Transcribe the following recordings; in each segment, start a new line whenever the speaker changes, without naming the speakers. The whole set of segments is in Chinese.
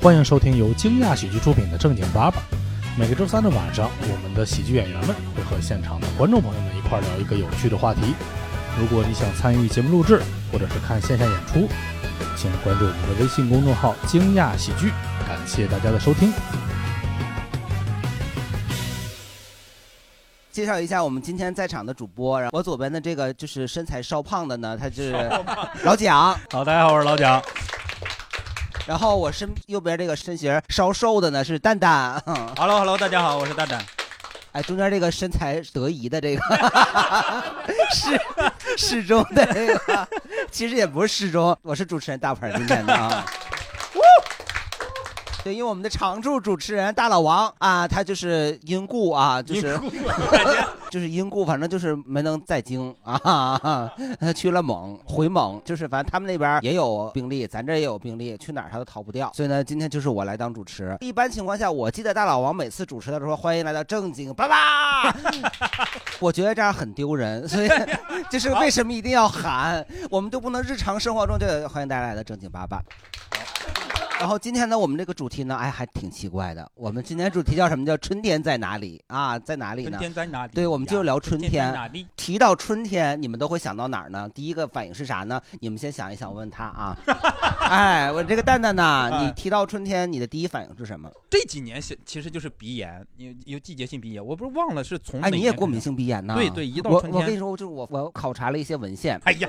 欢迎收听由惊讶喜剧出品的《正经八百》。每个周三的晚上，我们的喜剧演员们会和现场的观众朋友们一块儿聊一个有趣的话题。如果你想参与节目录制，或者是看线下演出，请关注我们的微信公众号“惊讶喜剧”。感谢大家的收听。
介绍一下我们今天在场的主播，然后我左边的这个就是身材稍胖的呢，他是老蒋。
好，大家好，我是老蒋。
然后我身右边这个身形稍瘦的呢是蛋蛋。
Hello Hello，大家好，我是蛋蛋。
哎，中间这个身材得宜的这个 适适中的这个，其实也不是适中，我是主持人大鹏今天的 啊。对，因为我们的常驻主持人大老王啊，他就是因故啊，就是
因故
就是因故，反正就是没能在京啊，他去了蒙，回蒙，就是反正他们那边也有病例，咱这也有病例，去哪儿他都逃不掉。所以呢，今天就是我来当主持。一般情况下，我记得大老王每次主持的时候，欢迎来到正经爸爸， 我觉得这样很丢人， 所以就是为什么一定要喊，我们都不能日常生活中就欢迎大家来到正经爸爸。然后今天呢，我们这个主题呢，哎，还挺奇怪的。我们今天主题叫什么？叫春天在哪里啊？在哪里呢？
春天在哪里
对，我们就聊春
春天在哪里
提到春天，你们都会想到哪儿呢？第一个反应是啥呢？你们先想一想，我问他 啊。哎，我这个蛋蛋
哎
呐，你提到春天，你的第一反应是什么？
这几年是其实就是鼻炎，有有季节性鼻炎，我不是忘了是从
哎，
哪
你也
年
过
开
敏
始
性鼻炎呐？
对对，一到
我
春天，
我跟你说，就是我我考察了一些文献。
哎呀，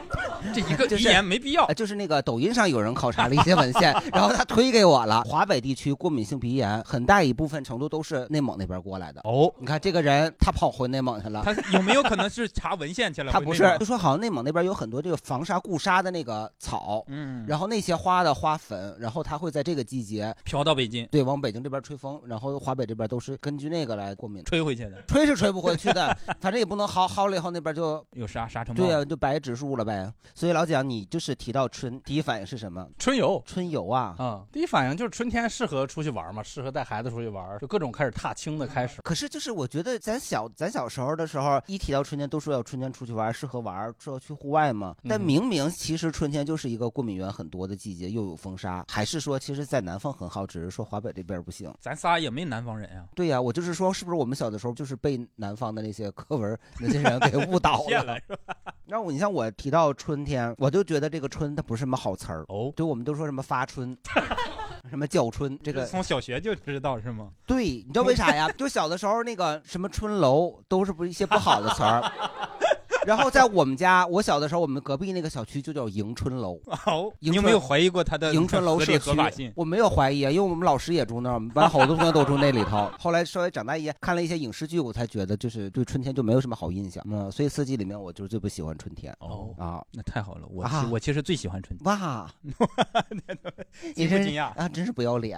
这一个
就
鼻
是
炎没必要
呃。就是那个抖音上有人考察了一些文献，然后他推给我了。华北地区过敏性鼻炎很大一部分程度都是内蒙那边过来的。
哦，
你看这个人，他跑回内蒙去了。
他有没有可能是查文献去 了？
他
会
不
那
是，
种
就说好像内蒙那边有很多这个防沙固沙的那个草，
嗯，
然后那些花的花粉，然后它会在这个季节，
飘到北京
对，往北京这边吹风，然后华北这边都是根据那个来过敏的，
吹回去的，
吹是吹不回去的，反正也不能薅薅了以后那边就。
有啥沙尘暴？
对呀、就白植树了呗。所以老蒋，你就是提到春，第一反应是什么？
春游
春游啊。
啊，第一反应就是春天适合出去玩嘛，适合带孩子出去玩，就各种开始踏青的开始。
可是就是我觉得咱小咱小时候的时候，一提到春天都说要春天出去玩，适合玩，适合去户外嘛。但
嗯
明明其实春天就是一个过敏源很多的季节，又有风沙，还是说其实在南方很好，只是说华北这边不行。
咱仨也没南方人呀，
对呀、我就是说，是不是我们小的时候就是被南方的那些课文那些人给误 导
骗
了
了？是吧？
然后我，你像我提到春天，我就觉得这个春它不是什么好词儿，
哦，
就我们都说什么发 春，什么叫春，这个
从小学就知道是吗？
对，你知道为啥呀？就小的时候那个什么春楼都是不是一些不好的词 儿。然后在我们家，我小的时候，我们隔壁那个小区就叫迎春楼，
哦，
迎
你有
春
没有怀疑过他的
迎春楼
合
社
理
区
合法性？
我没有怀疑啊，因为我们老师也住那儿，我们班好多同学都住那里 头。后来稍微长大一些，看了一些影视剧，我才觉得就是对春天就没有什么好印象。嗯，所以四季里面我就是最不喜欢春天
哦，
啊。
那太好了，我
啊
其我其实最喜欢春天。
哇，你
惊不
真
惊讶
啊，真是不要脸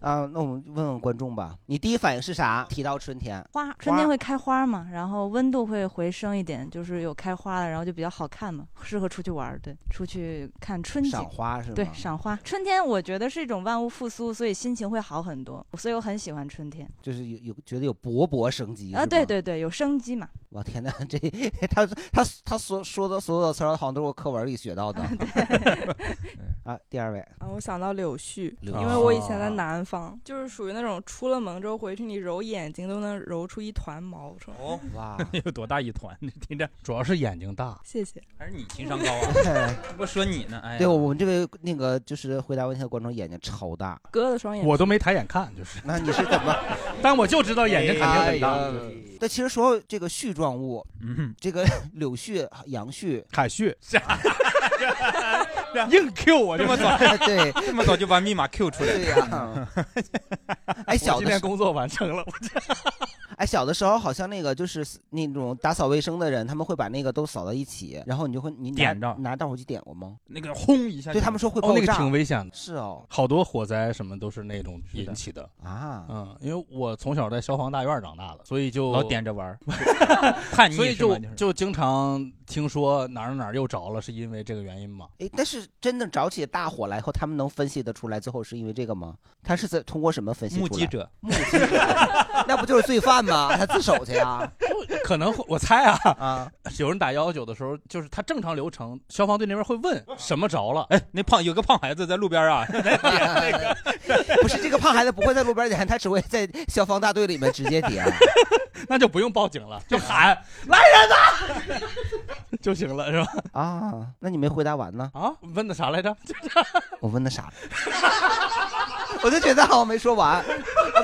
啊！那我们问问观众吧，你第一反应是啥？提到春天，
花，春天会开花嘛，然后温度会回升一点，就是有开花了，然后就比较好看嘛，适合出去玩儿，对，出去看春景
赏，花是吗？
对，赏花。春天我觉得是一种万物复苏，所以心情会好很多，所以我很喜欢春天
就是有有觉得有勃勃生机
啊，
是
对
吗，
对对，有生机嘛，
我天哪，这他他他所说的所有的词儿好像都是我课文里学到的 啊。第二位，
啊，我想到柳絮，
柳
因为我以
絮
前在
哦
南方，就是属于那种出了门之后回去，你揉眼睛都能揉出一团毛出来。
哦，
哇，
有多大一团？你听着，
主要是眼睛大，
谢谢。
还是你情商高啊！ 我说你呢，哎呀，
对我们这位那个就是回答问题的观众眼睛超大，
割了双眼皮，
我都没抬眼看，就是，
那你是怎么？
但我就知道眼睛肯定
哎
很大。
呀，但其实所有这个絮状物，
嗯，
这个 柳絮、啊杨絮，
凯 旭，硬 Q 我
这
就
么
是
早，
对
这么早就把密码 Q 出来了。
对呀。 哎，
我
小
今
的
天
时
工作完成了，
哎小的时候好像那个就是那种打扫卫生的人，他们会把那个都扫到一起，然后你就会你拿
点着
拿打火机点过吗？
那个轰一下就，
对他们说会
哦，
爆
那个
炸，
挺危险的，
是哦
好多火灾什么都是那种
是的
引起的。
啊，
嗯，因为我从小在消防大院长大的，所以就
老点着 玩儿，叛逆
所以
是吗
就
就是
就经常听说哪儿哪儿又着了，是因为这个原因吗？
哎，但是真的找起大火来以后，他们能分析得出来最后是因为这个吗？他是在通过什么分析出
目
来？
击者，
那不就是罪犯吗？他自首去啊？
可能会我猜啊，
啊，
有人打幺幺九的时候，就是他正常流程，消防队那边会问什么着了？哎，
那胖有个胖孩子在路边啊，
不是这个胖孩子不会在路边点，他只会在消防大队里面直接点。
那就不用报警 了，就喊来人呐、就行了，是吧？
啊，那你没回答完呢？
啊， 问的啥来着？
我问的啥了？ 我就觉得好像没说完。啊，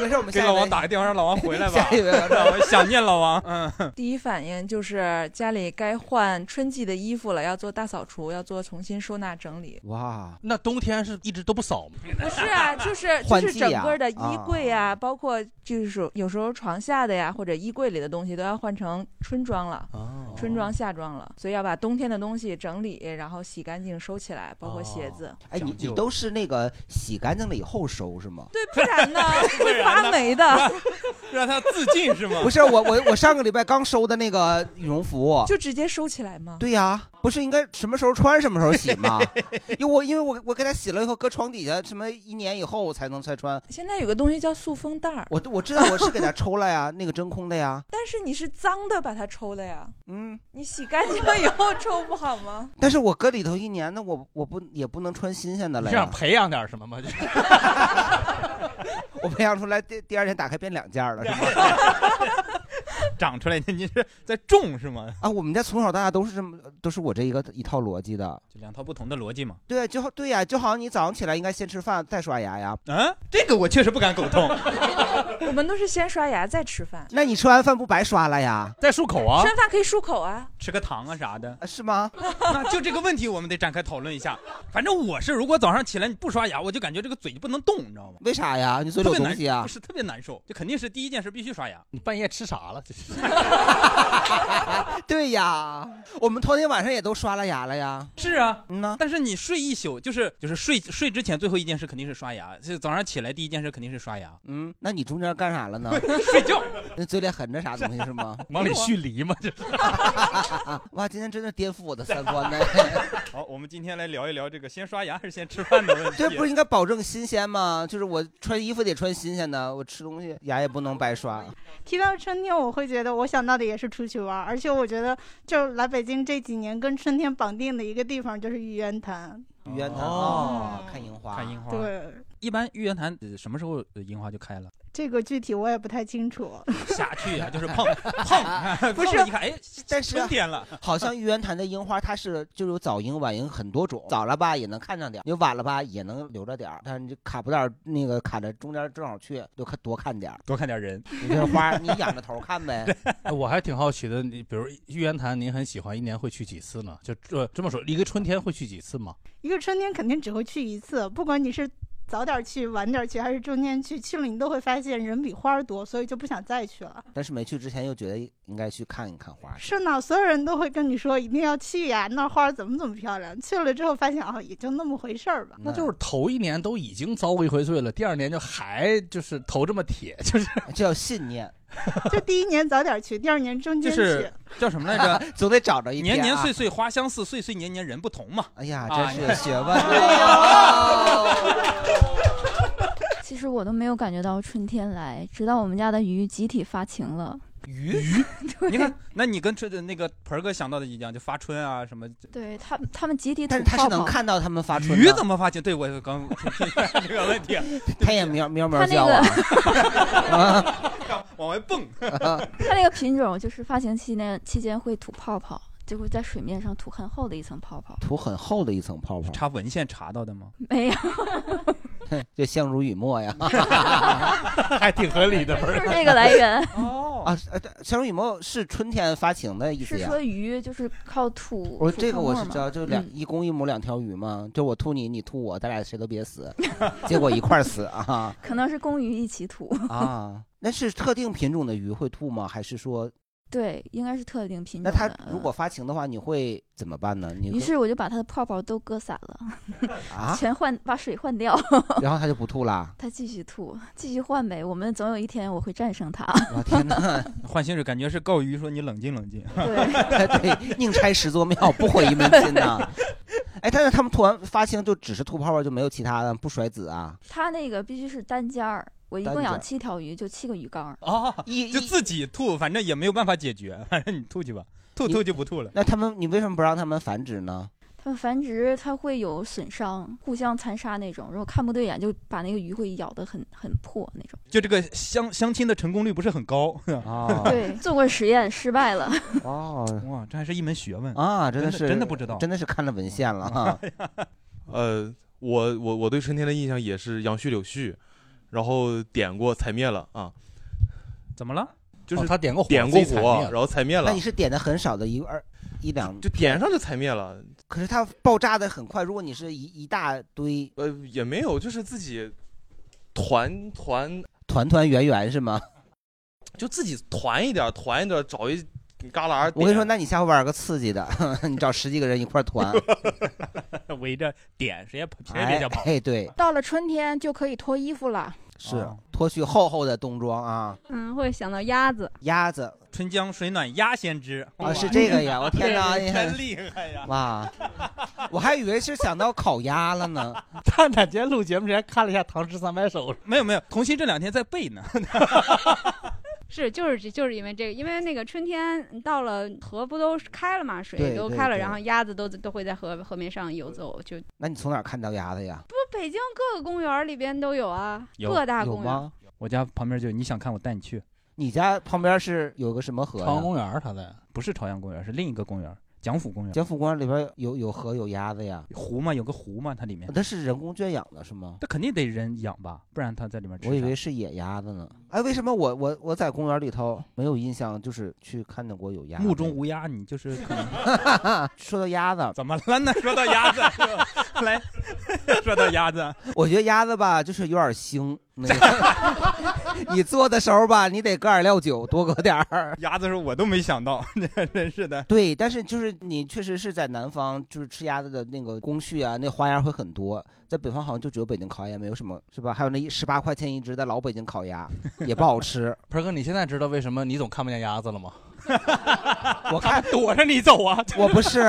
没事，我们
给
下
老
一
王
位。
打个电话让老王回来吧
下。一位吧，
老王 想念老王，嗯，
第一反应就是家里该换春季的衣服了，要做大扫除，要做重新收纳整理。
哇，
那冬天是一直都不扫吗？
不是啊，就是就
换
是
季啊
整个的衣柜啊，包括就是说有时候床下的呀，或者衣柜里的东西都要换成春装了。
哦
啊
春装、夏装了，所以要把冬天的东西整理，然后洗干净、收起来，包括鞋子。
哎，你
讲究
你都是那个洗干净了以后收是吗？
对，不然呢
不
会
然
啊
发
呢
霉的，
让他自尽是吗
不？是，我我我上个礼拜刚收的那个羽绒服。
就直接收起来吗？
对呀、不是应该什么时候穿什么时候洗吗？ 因为我因为我我给它洗了以后搁床底下，什么一年以后才能再穿。
现在有个东西叫塑封袋儿，
我我知道我是给它抽了呀，那个真空的呀。
但是你是脏的把它抽的呀，
嗯，
你洗干净了以后抽不好 吗？
但是我搁里头一年，那我我不也不能穿新鲜的
你
了
是想
呀。
培养点什么吗？就是
我培养出来第第二天打开变两件了，是吗？
长出来，你你是在种是吗？
啊，我们家从小到大都是这么，都是我这一个一套逻辑的。
就两套不同的逻辑嘛。
对，啊就好对呀、就好像你早上起来应该先吃饭再刷牙呀。
嗯，这个我确实不敢苟同。
我们都是先刷牙再吃饭，
那你吃完饭不白刷了呀？
在漱口啊
吃，完饭可以漱口啊。
吃个糖啊啥的，
啊，是吗？
那就这个问题我们得展开讨论一下。反正我是，如果早上起来你不刷牙，我就感觉这个嘴就不能动，你知道吗？
为啥呀？你嘴里
特
有
别
东
难
西啊
不？是特别难受，就肯定是第一件事必须刷牙。
你半夜吃啥了？这是
对呀，我们头天晚上也都刷了牙了呀。
是啊，
嗯呐，。
但是你睡一宿，就是就是睡睡之前最后一件事肯定是刷牙，就早上起来第一件事肯定是刷牙
嗯，那你中间干啥了呢？
睡觉，
那嘴里含着啥东西是 吗？
往里蓄梨吗？这是
哇，今天真的颠覆我的三观 呢。
好，我们今天来聊一聊这个先刷牙还是先吃饭的问题。
这不是应该保证新鲜吗？就是我穿衣服得穿新鲜的，我吃东西牙也不能白刷。
提到春天，我会觉得我想到的也是出去玩儿，而且我觉得就是来北京这几年跟春天绑定的一个地方就是玉渊潭。
玉渊潭
哦
哦，看樱花，
看樱花。，
对，
一般玉渊潭呃什么时候呃樱花就开 了？
这个具体我也不太清楚。
下去啊，就是碰 碰，
不是
碰了一看，哎，
但是
春 天了，
好像玉渊潭的樱花，它是就有早樱、晚樱很多种，早了吧也能看上点儿，你晚了吧也能留着点儿，但是你就卡不到那个卡在中间正好去，就看多看点儿。
多看 点人。
你这花 儿你仰着头看呗，
哎我还挺好奇的。你比如玉渊潭，您很喜欢，一年会去几次呢？就这、这么说，一个春天会去几次吗？
一个春天肯定只会去一次，不管你是早点去、晚点去，还是中间去，去了你都会发现人比花儿多，所以就不想再去了。
但是没去之前又觉得应该去看一看花儿。
是呢，所有人都会跟你说一定要去呀，那花儿怎么怎么漂亮。去了之后发现啊，也就那么回事儿吧。
那就是头一年都已经遭过一回罪了，第二年就还就是头哎这么铁，就是
那这叫 信念，
就第一年早点去，第二年中间
就
去。
是 叫什么来 着？
总得找着一天
年
啊
年岁岁花相似，岁岁年年人不同嘛。
哎呀，
啊
真是有学 问！
其实我都没有感觉到春天来，直到我们家的鱼集体发情了。
鱼
你看，那你跟春那个盆儿哥想到的一样，就发春啊什么。
对他，他们集体
但
吐
是他是
泡
能
泡。
看到他们发春
鱼
的，
怎么发情？对我也刚 这个问题，啊
他也喵喵喵
他那
叫 啊！
往 外蹦。
它那个品种就是发情期间期间会吐泡泡，就会在水面上吐很厚的一层泡泡。
涂很厚的一层泡泡，
查文献查到的吗？
没有，
这相濡以沫 呀！
还挺合理的。不
就是这个来 源，
哦，
啊，呃，对相濡以沫是春天发情的意思
是
呀。
说鱼就是靠吐。
我
吐
这个
泡
我
沫
是
嘛
知道，就两
嗯
一公一母两条鱼嘛，就我吐你，你吐我，咱俩谁都别死， 结果一块儿死啊
可能是公鱼一起吐。
啊！那是特定品种的鱼会吐吗？还是说，
对，应该是特定品
那
种的。
它如
嗯
果发情的话，你会怎么办呢？你
于
会
是我就把它的泡泡都割散了，
啊，
全换把水换掉，
然后它就不吐啦。
它继续吐，继续换呗。我们总有一天我会战胜它。
我天 哪！
换新水感觉是告鱼说你冷静冷静。
对。
哎 对，宁拆十座庙，不毁一门亲呐。 哎，但是他们吐完发青就只是吐泡泡，就没有其他的，不甩籽啊。
它那个必须是单尖儿，我一
单
共养
子
七条鱼，就七个鱼缸。
哦，就自己吐，反正也没有办法解决，反正你吐去吧，吐吐就不吐了。
那他们，你为什么不让他们繁殖呢？
它们繁殖，它会有损伤，互相残杀那种。如果看不对眼，就把那个鱼会咬得很很破那种。
就这个相相亲的成功率不是很高
啊
对，做过实验失败了。
哦，
哇，这还是一门学问
啊，真
真的
是
真的不知道
真的是看了文献了啊哈。
呃，我我我对春天的印象也是杨絮柳絮，然后点过踩灭了啊。
怎么了？
就是、
哦他点过火
点过
自己踩灭
火，
了
然后踩灭了。
那你是点的很少的一二一两，
就点上就踩灭了。
可是它爆炸的很快。如果你是一一大堆
呃，也没有，就是自己团团
团团圆圆是吗？
就自己团一点，团一点，找一旮旯。
我跟你说，，那你下回玩个刺激的， 你找十几个人一块儿 团，
围着点，谁也跑谁也别
哎
想跑。
哎，对，
到了春天就可以脱衣服了。
是脱去厚厚的冬装啊，
嗯，会想到鸭子。
鸭子
春江水暖鸭先知
啊是这个 呀我天哪
对
你看
真厉害 呀！
哇，我还以为是想到烤鸭了 呢。
探探今天录节目之前看了一下《唐诗三百首》，
没有没有，童心这两天在背呢。
是，就是这就是因为这个，因为那个春天到了，河不都是开了嘛，水
对
都
对
开了，
对
然后鸭子都都会在河河面上游走，就
那你从哪儿看到鸭子呀？
不北京各个公园里边都有啊，
有
各大
有
公园。
吗？
我家旁边就你想看，我带你去。
你家旁边是有个什么河呀？
园，他在不是朝阳公园，是另一个公园，蒋府公园。
江府公园里边有有河有鸭子呀？
湖嘛，有个湖嘛，它里面
它是人工圈养的是吗？
那肯定得人养吧，不然它在里面吃。
我以为是野鸭子呢。哎，为什么我我我在公园里头没有印象，就是去看见过有鸭子？
目中无鸭，你就是可能
说到鸭子，
怎么了呢？说到鸭子，来，说到鸭子，
我觉得鸭子吧，就是有点腥。那 个你做的时候吧，你得搁点料酒，多搁点儿。
鸭子是我都没想到， 这真是的。
对，但是就是你确实是在南方，就是吃鸭子的那个工序啊，那花样会很多。在北方好像就只有北京烤鸭，没有什么是吧？还有那十八块钱一只的老北京烤鸭，也不好吃。
盆儿哥，你现在知道为什么你总看不见鸭子 了吗？
我看
躲着你走啊！
我不 是，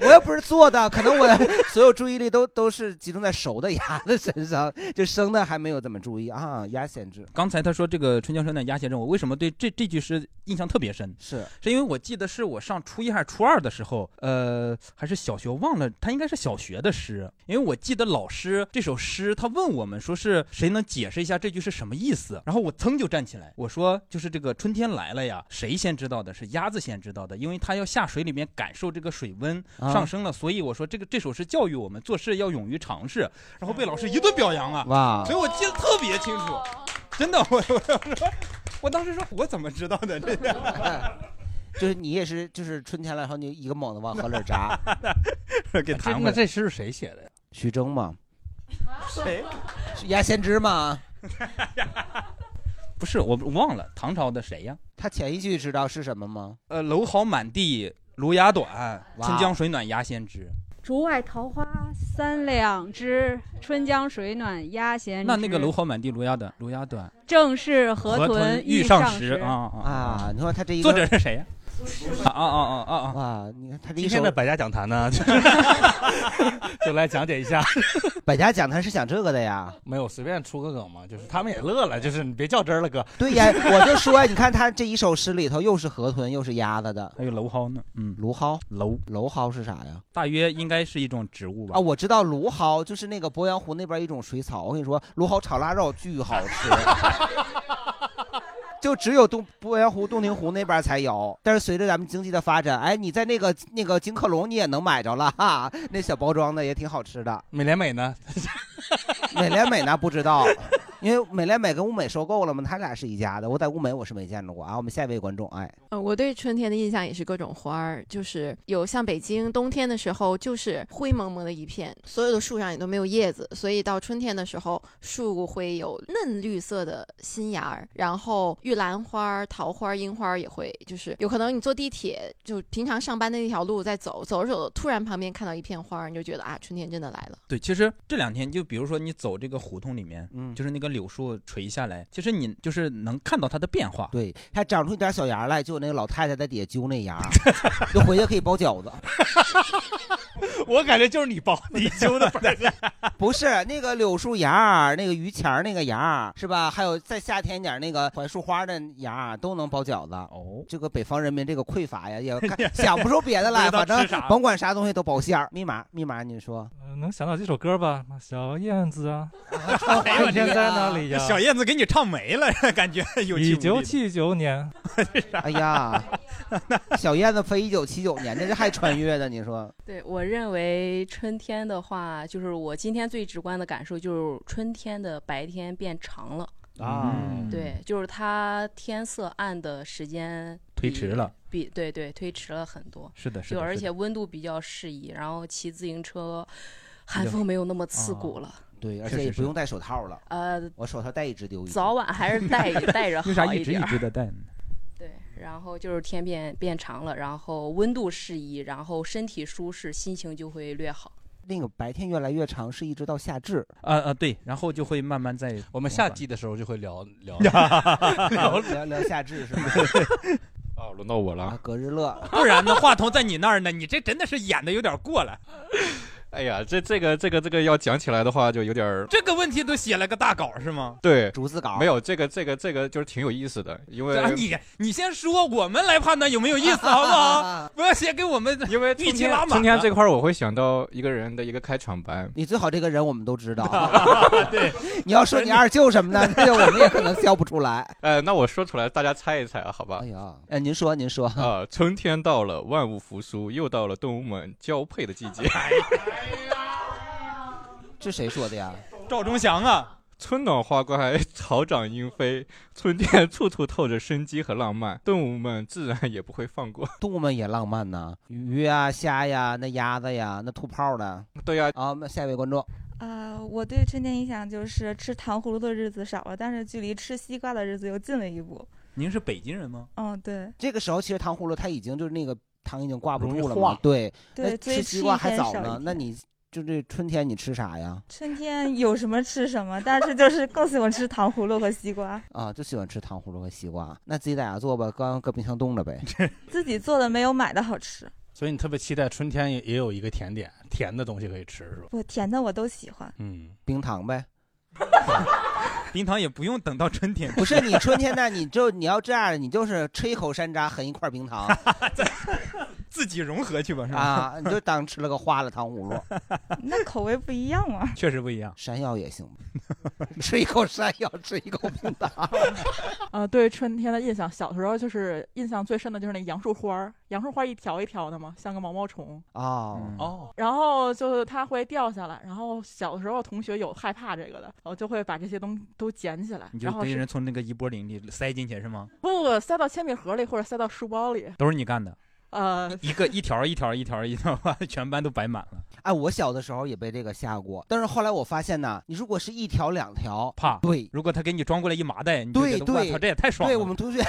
我又不是做的，可能我的所有注意力都都是集中在熟的鸭子身上，就生的还没有怎么注意啊。鸭先知，
刚才他说这个“春江水暖鸭先知”，我为什么对这这句诗印象特别深？
是
是因为我记得是我上初一还是初二的时候，呃，还是小学，我忘了，他应该是小学的诗，因为我记得老师这首诗，他问我们说是谁能解释一下这句是什么意思，然后我噌就站起来，我说就是这个春天来了呀，谁先知道的是鸭子先知道的，因为它要下水里面感受这个水温
啊
上升了，所以我说这个这首诗教育我们做事要勇于尝试，然后被老师一顿表扬啊，
哇
所以我记得特别清楚，真的，我 我我说我当时说我怎么知道的这 个。
哎就是你也是，就是春天来的时候，你一个猛的往河里扎。
给
这那这诗是谁写的呀？
徐峥嘛，
谁？
是鸭先知嘛，
不是，我我忘了唐朝的谁呀？
他前一句知道是什么吗？
呃，蒌蒿满地芦芽短，
哇
春江水暖鸭先知。
竹外桃花三两枝，春江水暖鸭先知。
那那个蒌蒿满地芦芽短，芦芽短，
正是河
豚
欲
上
时
啊啊
啊！你说他这一个
作者是谁呀？啊啊啊啊啊！
哇，你看他这一
今
首
天的百家讲坛呢，就是 就来讲解一下。
百家讲坛是讲这个的呀。
没有随便出个梗嘛，就是他们也乐了，就是你别较真儿了，哥。
对 呀，我 就说，你看他这一首诗里头又是河豚又是鸭子的，
还有蒌蒿呢，嗯，
芦蒿，
蒌
蒌蒿是啥呀？
大约应该是一种植物吧
啊，？我知道芦蒿就是那个鄱阳湖那边一种水草，我跟你说，芦蒿炒腊肉巨好 吃，就只有东鄱阳湖、洞庭湖那边才有。但是随着咱们经济的发展，哎，你在那个那个金客隆你也能买着了哈，那小包装的也挺好吃的。
美廉美呢？
美廉美呢不知道，因为美廉美跟物美收购了嘛，他俩是一家的。我在物美我是没见着过啊。我们下一位观众，哎，
呃，我对春天的印象也是各种花儿，就是有像北京冬天的时候，就是灰蒙蒙的一片，所有的树上也都没有叶子，所以到春天的时候，树会有嫩绿色的新芽儿，然后玉兰花儿、桃花儿、樱花儿也会，就是有可能你坐地铁，就平常上班的那条路在走，走着走着，突然旁边看到一片花儿，你就觉得啊，春天真的来了。
对，其实这两天就比如说你走这个胡同里面，
嗯
就是那个柳树垂下来，其实你就是能看到它的变化。
对，还长出 一 点小芽来，就有那个老太太在底下揪那芽，就回去可以包饺子。
我感觉就是你包你揪的本儿。
啊
不是那个柳树芽儿，那个榆钱儿那个芽儿是吧？还有再夏天一点儿那个槐树花的芽儿都能包饺子。
哦，
这个北方人民这个匮乏 呀，也看想不出别的来，
不知道
反正
吃啥
甭管啥东西都包馅儿。密码密码，你说
呃能想到这首歌吧？小燕子啊，
哎呦
夏天在哪里呀？
小燕子给你唱没了， 感觉有气
一
无力
九
的
七九年，
哎呀，小燕子飞一九七九年，这是还穿越的，你说
对我认为春天的话，就是我今天最直观的感受就是春天的白天变长了。
啊
嗯
对，就是它天色暗的时间
推
比
迟了，
比对对推迟了很多。
是的是
就
的
而
是
且温度比较适宜，然后骑自行车，寒
较
风没有那么
啊
刺骨了。
对，而
确
且也
实
不用戴手套了。
呃，
我手套戴一只丢一只。
早晚还是 戴戴着
为啥
好
一直
点
一
儿。
直的带 呢？
对，然后就是天变变长了，然后温度适宜，然后身体舒适，心情就会略好。
那个白天越来越长，是一直到夏至。
啊啊，对，然后就会慢慢 在
我们
下
季
的时候就会聊聊
聊聊聊夏至是吧？
哦，轮到我了，
葛啊日乐，
不然呢？话筒在你那儿呢，你这真的是演的有点过了。
哎呀，这这个这个这个要讲起来的话，就有点儿
这个问题都写了个大稿是吗？
对
竹子稿
没有这个这个这个就是挺有意思的，因为
啊，你你先说，我们来判断有没有意 思，好不好？不要先给我们
因为
预
春
期
天
拉满了。
春天这块儿我会想到一个人的一个开场白，
你最好这个人我们都知道。对， 你要说你二舅什么的， 这个我们也可能笑不出来。
呃，那我说出来，大家猜一猜啊，好吧？哎
呀，哎，您说，您说
啊、春天到了，万物复苏，又到了动物们交配的季 节。
哎
这谁说的呀？
赵忠祥啊！
春暖花开，草长莺飞，春天处处透着生机和浪漫，动物们自然也不会放过。
动物们也浪漫呐，鱼呀、虾呀、那鸭子呀、那吐泡的。
对呀、
啊，那下一位观众，
啊、我对春天印象就是吃糖葫芦的日子少了，但是距离吃西瓜的日子又近了一步。
您是北京人吗？
哦
嗯，对，
这个时候其实糖葫芦它已经就是那个糖已经挂不
容易
住了
化
嘛。对，
对
那
所以
吃
吃
西
一
瓜还
天
早
少一
呢。那你就这春天你吃啥呀？
春天有什么吃什么，但是就是更喜欢吃糖葫芦和西瓜。
啊，就喜欢吃糖葫芦和西瓜。那自己在家做吧，刚搁冰箱冻 着呗。
自己做的没有买的好吃，
所以你特别期待春天也也有一个甜点，甜的东西可以吃是吧？
我甜的我都喜欢。
嗯，
冰糖呗。
冰糖也不用等到春天，
不是你春天呢，你就你要这样，你就是吃一口山楂，啃一块冰糖
自己融合去吧，是吧？
啊，你就当吃了个花了糖葫芦，
那口味不一样嘛。
确实不一样。
山药也 行吧，吃一口山药，吃一口冰糖。
呃，对春天的印象，小时候就是印象最深的就是那杨树花儿，杨树花儿一条一条的嘛，像个毛毛虫。
哦
哦，
然后就是它会掉下来，然后小的时候同学有害怕这个的，我就会把这些东西都捡起来
你，就
然后
被
是
人从那个一波林里塞进去是吗？
不塞到铅笔盒里或者塞到书包里。
都是你干的，
呃，，
一个一条一条一条一条，把 全班都摆满了。
哎，我小的时候也被这个吓过，但是后来我发现呢，你如果是一条两条，
怕
对，
如果他给你装过来一麻袋，你就
对
觉得我
对，
操，这也太爽了。
对我们 同学，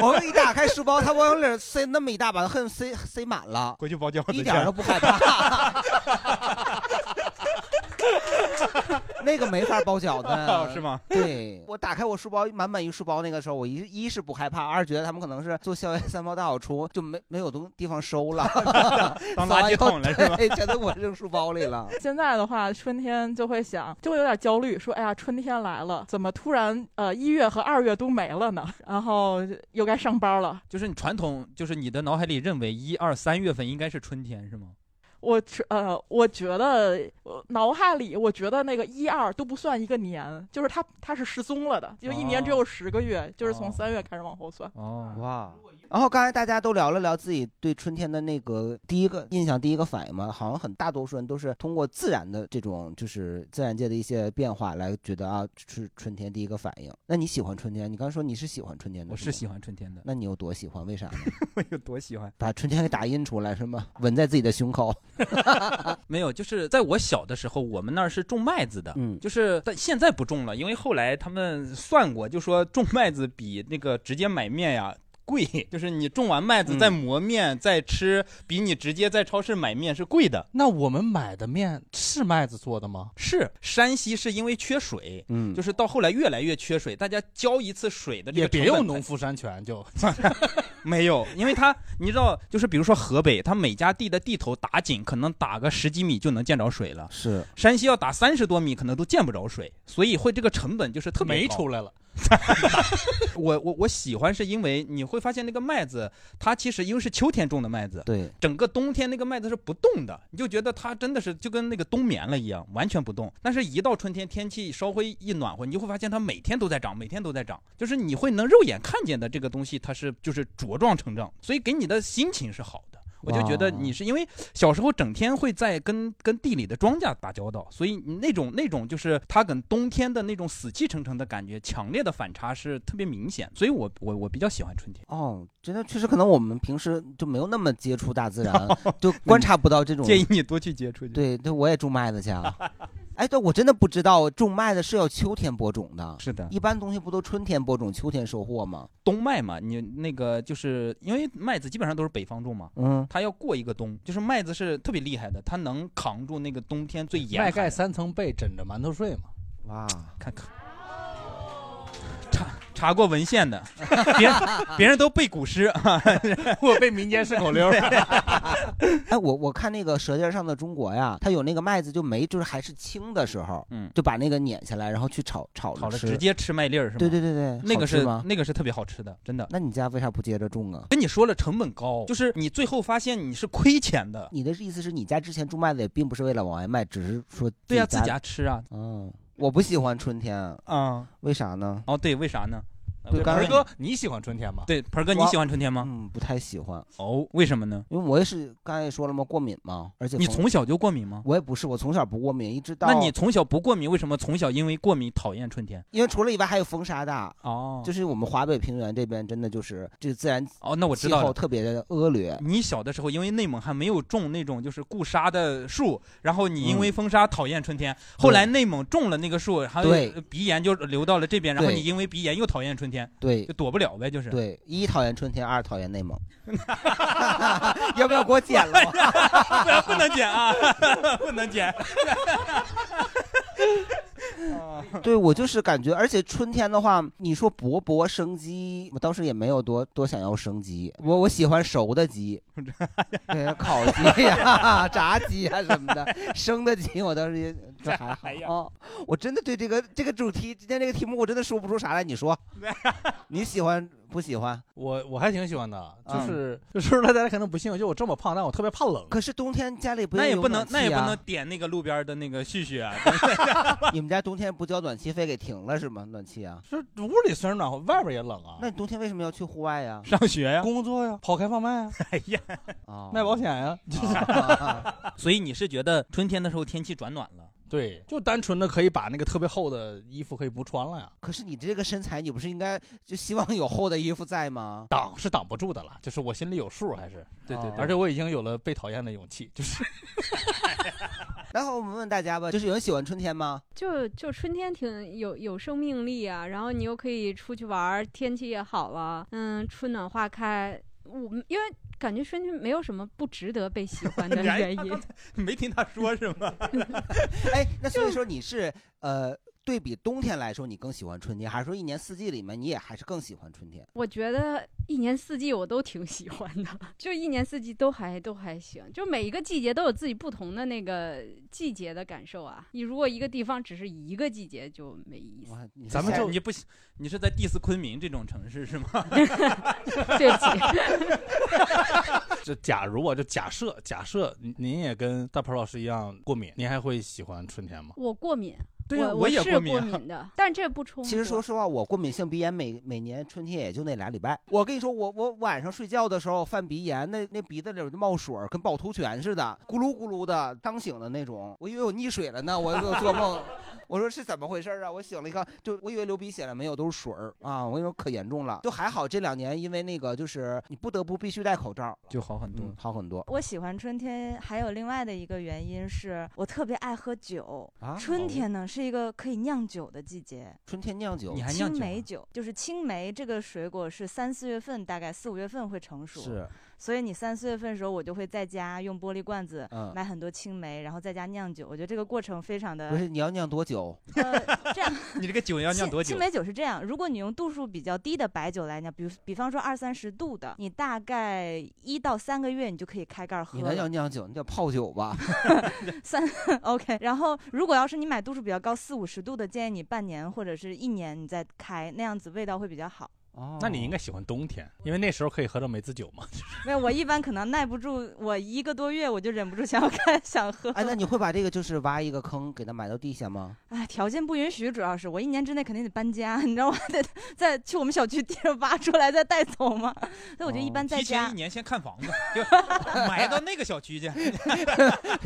我们一打开书包，他往里儿塞那么一大把，恨塞塞满了，
回去包饺子去
一点儿都不害怕。那个没法包饺
哦
子，啊
是吗
对，我打开我书包，满满一书包。那个时候，我一一是不害怕，二是觉得他们可能是做校园三包大扫除，就没没有东地方收 了
当垃圾桶了是吧
对觉得我扔书包里了。
现在的话，春天就会想，就会有点焦虑，说，哎呀，春天来了，怎么突然呃一月和二月都没了呢？然后又该上班了。
就是你传统，就是你的脑海里认为一二三月份应该是春天是 吗？
我只呃，我觉得呃脑海里，我觉得那个一二都不算一个年，就是它它是失踪了的，就一年只有十个月，就是从三月开始往后算。
哦，
哇！然后刚才大家都聊了聊自己对春天的那个第一个印象、第一个反应嘛，好像很大多数人都是通过自然的这种，就是自然界的一些变化来觉得啊是春天第一个反应。那你喜欢春天？你刚才说你是喜欢春天的，
我是喜欢春天的，
那你有多喜欢？为啥呢？
我有多喜欢？
把春天给打印出来是吗？ 纹在自己的胸口。
没有，就是在我小的时候，我们那儿是种麦子的，
嗯
就是但现在不种了，因为后来他们算过，就说种麦子比那个直接买面呀贵， 就是你种完麦子再磨面、再吃，比你直接在超市买面是贵的。
那我们买的面是麦子做的吗？
是山西是因为缺水，
嗯
就是到后来越来越缺水，大家浇一次水的这
也
个
别
成本
用
才
农夫山泉就。
没有，因为它你知道，就是比如说河北，它每家地的地头打井，可能打个十几米就能见着水了。
是
山西要打三十多米，可能都见不着水，所以会这个成本就是特别
没
高
出来了。
我我我喜欢是因为你会发现那个麦子，它其实因为是秋天种的麦子，
对，
整个冬天那个麦子是不动的，你就觉得它真的是就跟那个冬眠了一样，完全不动。但是，一到春天，天气稍微一暖和，你就会发现它每天都在长，每天都在长，就是你会能肉眼看见的这个东西，它是就是茁壮成长，所以给你的心情是好的。我就觉得你是因为小时候整天会在跟跟地里的庄稼打交道，所以你那种那种就是它跟冬天的那种死气沉沉的感觉，强烈的反差是特别明显，所以我我我比较喜欢春天。
哦，真的确实可能我们平时就没有那么接触大 自然，就观察不到这种。
建议你多去接触。
对对，我也种麦子去啊。 哎，对，我真的不知道种麦子是要秋天播种的。
是的，
一般东西不都春天播种，秋天收获吗？
冬麦嘛，你那个就是因为麦子基本上都是北方种嘛，
嗯
它要过一个冬，就是麦子是特别厉害的，它能扛住那个冬天最严
麦
寒
盖三层被，枕着馒头睡嘛。
哇，
看看，查查过文献的， 别人别人都背古诗，啊
我背民间顺口 溜。
哎，我我看那个《舌尖上的中国》呀，它有那个麦子就没，就是还是青的时候，
嗯
就把那个碾下来，然后去炒炒
好
着
了，
吃。
直接吃麦粒儿是吗？
对对对对
那
好
个
吃
是
吗
那个是特别好吃的，真的。
那你家为啥不接着种啊？
跟你说了，成本高，就是你最后发现你是亏钱的。
哦你的意思是你家之前种麦子也并不是为了往外卖，只是说
对呀、
自
自
己
家吃啊。
嗯，我不喜欢春天
啊，
为啥呢？
哦，对，为啥呢？呃
对刚才
盆
哥，你喜欢春天吗？
对，盆哥，你
我
喜欢春天吗？
嗯，不太喜欢。
哦，为什么呢？
因为我也是刚才也说了嘛，过敏嘛，而且
你从小就过敏吗？
我也不是，我从小不过敏，一直到
那你从小不过敏，为什么从小因为过敏讨厌春天？
因为除了以外还有风沙大
哦，
就是我们华北平原这边真的就是这个自然
哦，那我知道
气
了
候特别的恶劣。
你小的时候，因为内蒙还没有种那种就是固沙的树，然后你
嗯
因为风沙讨厌春天。后来内蒙种了那个树，还有
对
呃鼻炎就流到了这边，然后
对
你因为鼻炎又讨厌春天，
对
就躲不了呗，就是。
对，一讨厌春天，二讨厌内蒙。 要不要给我剪 了？
不然 不能剪啊，不能剪。
对我就是感觉，而且春天的话，你说勃勃生鸡，我当时也没有多多想要生鸡，我我喜欢熟的鸡，对， 烤鸡呀、炸鸡呀什么的，生的鸡我当时也这还好、哦。我真的对这个这个主题，今天这个题目我真的说不出啥来。你说，你喜欢不喜欢？
我我还挺喜欢的，就
嗯
是就是说大家可能不信，我就我这么胖，但我特别怕冷。
可是冬天家里不
那
也
也
有
不能
暖，气
那也不
啊
能点那个路边的那个絮絮 啊。
你们家冬天不交暖气费给停了是吗？暖气啊？
是屋里虽然暖和，外边也冷啊。
那你冬天为什么要去户 外呀、
上学呀、
工作呀、跑开放麦呀、啊
哎呀、
哦
卖保险 呀、就是、
所以你是觉得春天的时候天气转暖了？
对，就单纯的可以把那个特别厚的衣服
哦
可以不穿了呀，
可是你这个身材，你不是应该就希望有厚的衣服在吗？
挡是挡不住的了，就是我心里有数，还是
对对对
啊而且我已经有了被讨厌的勇气，就是
然后我们问大家吧，就是有人喜欢春天吗？
就就春天挺有有生命力啊，然后你又可以出去玩儿，天气也好了，嗯，春暖花开。我们因为感觉春天没有什么不值得被喜欢的
你还
哎
原
他
因
刚。没听他说是吗？
哎，那 所以说你是呃，对比冬天来说，你更喜欢春天，还是说一年四季里面你也还是更喜欢春天？
我觉得一年四季我都挺喜欢的， 就一年四季都还都还行，就每一个季节都有自己不同的那个季节的感受啊。你如果一个地方只是一个季节就没意思。
咱们就你不喜，你是在 diss 昆明这种城市是吗？
对不
起。就假如啊，就假设假设您您也跟大鹏老师一样过敏，您还会喜欢春天吗？
我过敏，
对啊
我
我也
是
过敏啊
的，但这不冲突。
其实说实话，我过敏性鼻炎每每年春天也就那俩礼拜。我跟你说，我我晚上睡觉的时候犯鼻炎，那那鼻子里儿就冒水儿，跟趵 突泉似的，咕噜咕噜的，刚醒的那种。我以为我溺水了呢，我我做梦，我说是怎么回事啊？我醒了一看，就我以为流鼻血了，没有，都是水儿啊！我跟你说可严重了，就还好这两年因为那个就是你不得不必须戴口罩，嗯
就好很多，
好很多。
我喜欢春天，还有另外的一个原因是我特别爱喝酒。
啊
春天呢是一个可以酿酒的季节。
春天酿酒，
啊
青梅酒就是青梅这个水果是三四月份，大概四五月份会成熟。
是，
所以你三四月份的时候，我就会在家用玻璃罐子
嗯
买很多青梅，然后在家酿酒。我觉得这个过程非常的
不是你要酿多久？
你这个酒要酿多久？
呃青梅酒是这样，如果你用度数比较低的白酒来酿，比如比方说二三十度的，你大概一到三个月你就可以开盖儿喝
你那叫
了。
酿酒，那叫泡酒 吧？
三 OK，然后如果要是你买度数比较高四五十度的，建议你半年或者是一年你再开，那样子味道会比较好。
哦
那你应该喜欢冬天，因为那时候可以喝到梅子酒 嘛。
没有，我一般可能耐不住，我一个多月我就忍不住想要开想喝。
哎，那你会把这个就是挖一个坑给它埋到地下吗？
哎，条件不允许，主要是我一年之内肯定得搬家，你知道我还 得再去我们小区地上挖出来再带走嘛。所以我
哦
觉得一般在
提
家
前一年先看房子， 就埋到那个小区去。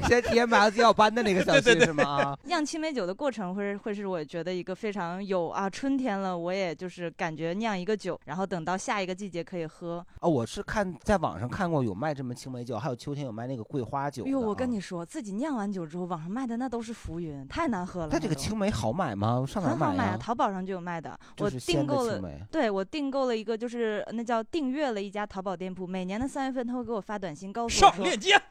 先提前埋到自己要搬的那个小
对
区
对对
是吗？啊
酿青梅酒的过程会是会是我觉得一个非常有啊，春天了，我也就是感觉酿一个酒，然后等到下一个季节可以喝。
啊，我是看在网上看过有卖这么青梅酒，还有秋天有卖那个桂花酒
哎呦，
的。啊
我跟你说，自己酿完酒之后，网上卖的那都是浮云，太难喝了。
但这个青梅好买吗？上哪儿
很好
买啊
买啊
呀？
淘宝上就有卖的。
就
我
是
订
鲜的
购
青
了
梅，
对我订购了一个，就是呃那叫订阅了一家淘宝店铺，每年的三月份他会给我发短信告诉我
上
说
链接。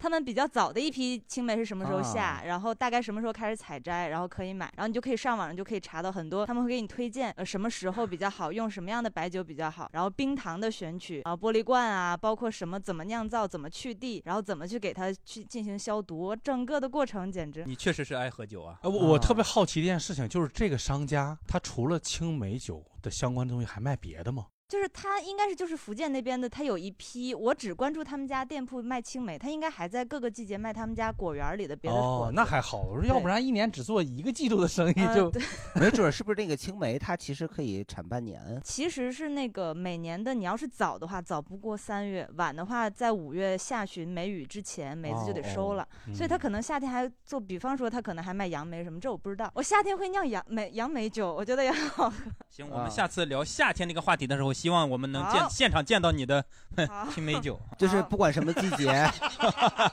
他们比较早的一批青梅是什么时候下，
啊
然后大概什么时候开始采摘，然后可以买，然后你就可以上网上就可以查到很多，他们会给你推荐呃什么时候比较好，用什么样的白酒比较好，然后冰糖的选取啊，玻璃罐啊，包括什么怎么酿造，怎么去地，然后怎么去给它去进行消毒，整个的过程简直
你确实是爱喝酒啊！
呃，我我特
哦
别好奇一件事情，就是这个商家他除了青梅酒的相关东西，还卖别的吗？
就是他应该是就是福建那边的，他有一批，我只关注他们家店铺卖青梅，他应该还在各个季节卖他们家果园里的别的
哦
果子。，
那还好，我说要不然一年只做一个季度的生意
呃
就
对
没准儿是不是那个青梅它其实可以产半 年？
其实是那个每年的，你要是早的话，早不过三月；晚的话，在五月下旬梅雨之前，梅子就得收了。
哦
所以他可能夏天还做，比方说他可能还卖杨梅什么，这我不知道。我夏天会酿杨梅杨梅酒，我觉得也很好喝。
行，
啊
我们下次聊夏天那个话题的时候，希望我们能
好
见现场见到你的 青梅酒。
啊
就是不管什么 季节，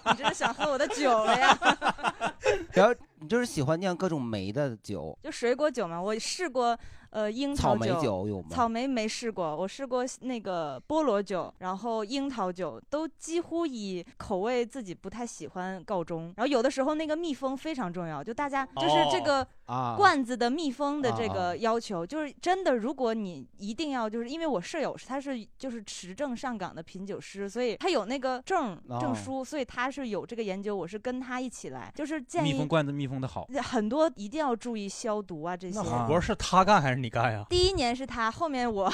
你真的想喝我的酒了呀？
然后你就是喜欢酿各种梅的酒，
就水果酒嘛，我试过呃樱
草
桃
莓酒有吗
草莓没试过，我试过那个菠萝酒，然后樱桃酒，都几乎以口味自己不太喜欢告终。然后有的时候那个密封非常重要，就大家就是这个
啊
罐子的密封的这
啊
个要求，就是真的，如果你一定要就是因为我舍友是他是就是持证上岗的品酒师，所以他有那个证
啊
哦
证书，所以他是有这个研究，我是跟他一起来，就是 建议
密封罐子密封的好，
很多一定要注意消毒啊，这些。
那火锅是他干还是你干
啊
呀？
第一年是他，后面我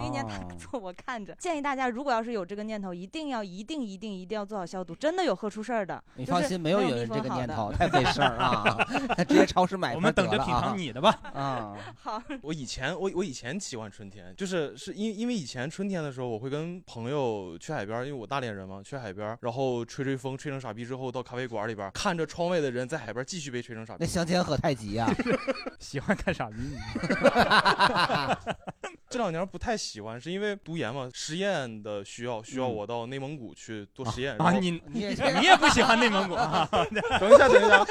第一年他
哦
做，我看着。建议大家，如果要是有这个念头，一定要、一定、一定、一定要做好消毒，真的有喝出事儿的。
你
就是
放心，
没
有
密
人
封
这个
好
念
的
头，太费事儿 了，直接超市买。
我们等着品尝你的吧。
啊，
好。
我以前我我以前喜欢春天，就是是因因为以前春天的时候，我会跟朋友去海边，因为我大连人嘛，去海边，然后吹吹风，吹成傻逼之后，到咖啡馆里边看着窗外的人在海边继续被吹成傻逼
那。香煎和太啊极 呀，
喜欢看傻逼。
这两年不太喜欢，是因为读研嘛，实验的需要，需要
嗯
我到内蒙古去做实验。
啊
然后
你你也你也不喜欢内蒙古啊
等一下，等一下，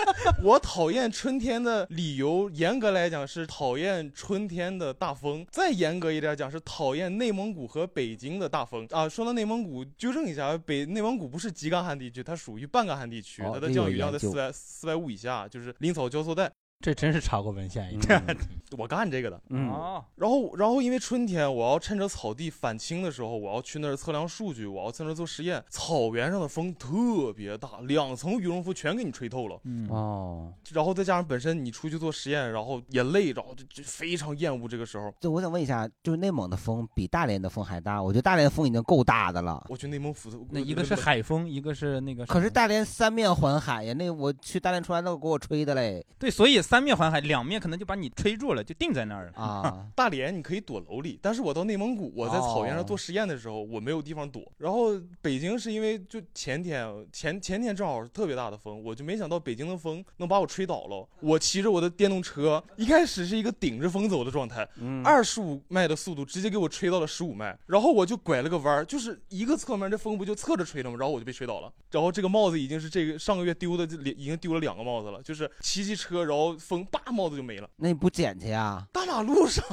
我讨厌春天的理由，严格来讲是讨厌春天的大风，再严格一点讲是讨厌内蒙古和北京的大风啊。说到内蒙古，纠正一下，北内蒙古不是极干旱地区，它属于半干旱地区，
哦
它
这
的
有
降雨量在
研究
四百四百五以下，就是林草交错带。
这真是查过文献一点。
我干这个的，
嗯
哦
然后然后因为春天，我要趁着草地返青的时候，我要去那儿测量数据，我要在那儿做实验。草原上的风特别大，两层羽绒服全给你吹透了，
嗯
哦，
然后再加上本身你出去做实验，然后也累着，就就非常厌恶这个时候。
对，我想问一下，就是内蒙的风比大连的风还大，我觉得大连的风已经够大的了。
我去内蒙府，
那一个是海风，一个是那个什么。
可是大连三面环海呀，那我去大连出来都给我吹的嘞。
对，所以三面环海，两面可能就把你吹住了，就定在那儿了
啊。
大连你可以躲楼里，但是我到内蒙古，我在草原上
哦
做实验的时候，我没有地方躲。然后北京是因为就前天前前天正好是特别大的风，我就没想到北京的风能把我吹倒了。我骑着我的电动车，一开始是一个顶着风走的状态，
嗯
二十五迈的速度直接给我吹到了十五迈，然后我就拐了个弯儿，就是一个侧面这风不就侧着吹的吗？然后我就被吹倒了。然后这个帽子已经是这个上个月丢的，这里已经丢了两个帽子了，就是骑骑车，然后风叭帽子就没了。
那你不捡去呀？
大马路上，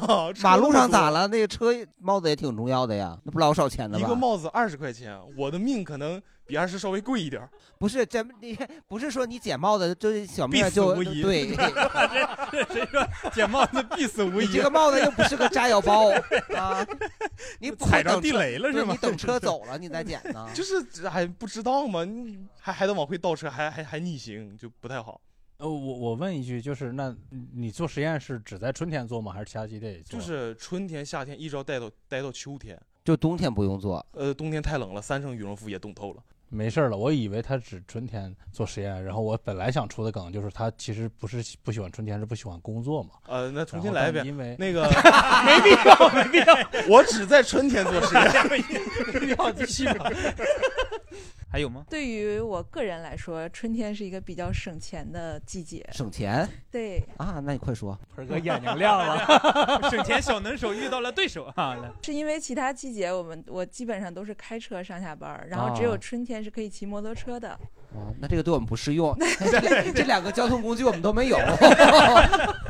马路上
了？
咋了？那个车帽子也挺重要的呀，那不老少钱了
一
吧？
个帽子二十块钱，我的命可能比二十稍微贵一点儿。
不是，咱们你不是说你捡帽子就是 小
必
命
死
就
无疑
对，
谁说捡帽子必死无疑？
你这个帽子又不是个炸药 包啊，你
踩着地雷了
对
是吗？
你等车走了你再捡呢
就是 还不知道吗？你还还得往回倒车，还还还逆行，就不太好。
呃，我我问一句，就是那你做实验是只在春天做吗？还是其他季节也做？
就是春天、夏天一直要待到待到秋天，
就冬天不用做，
呃，冬天太冷了，三层羽绒服也冻透了。
没事儿了，我以为他只春天做实验，然后我本来想出的梗就是他其实不是喜不喜欢春天，是不喜欢工作嘛。
呃，那重
然
新
后
来
但
呗。
因为
那个没必要，没必要。我只在春天做实验。
你好，继续吧。还有吗？
对于我个人来说，春天是一个比较省钱的季节。
省钱
对，
啊？那你快说，
盆
哥
眼睛亮 了，省钱小能手遇到了对手啊！来
是因为其他季节我们我基本上都是开车上下班儿，然后只
哦
有春天是可以骑摩托车的。
哦，那这个对我们不适 用，这这两个交通工具我们都 没有，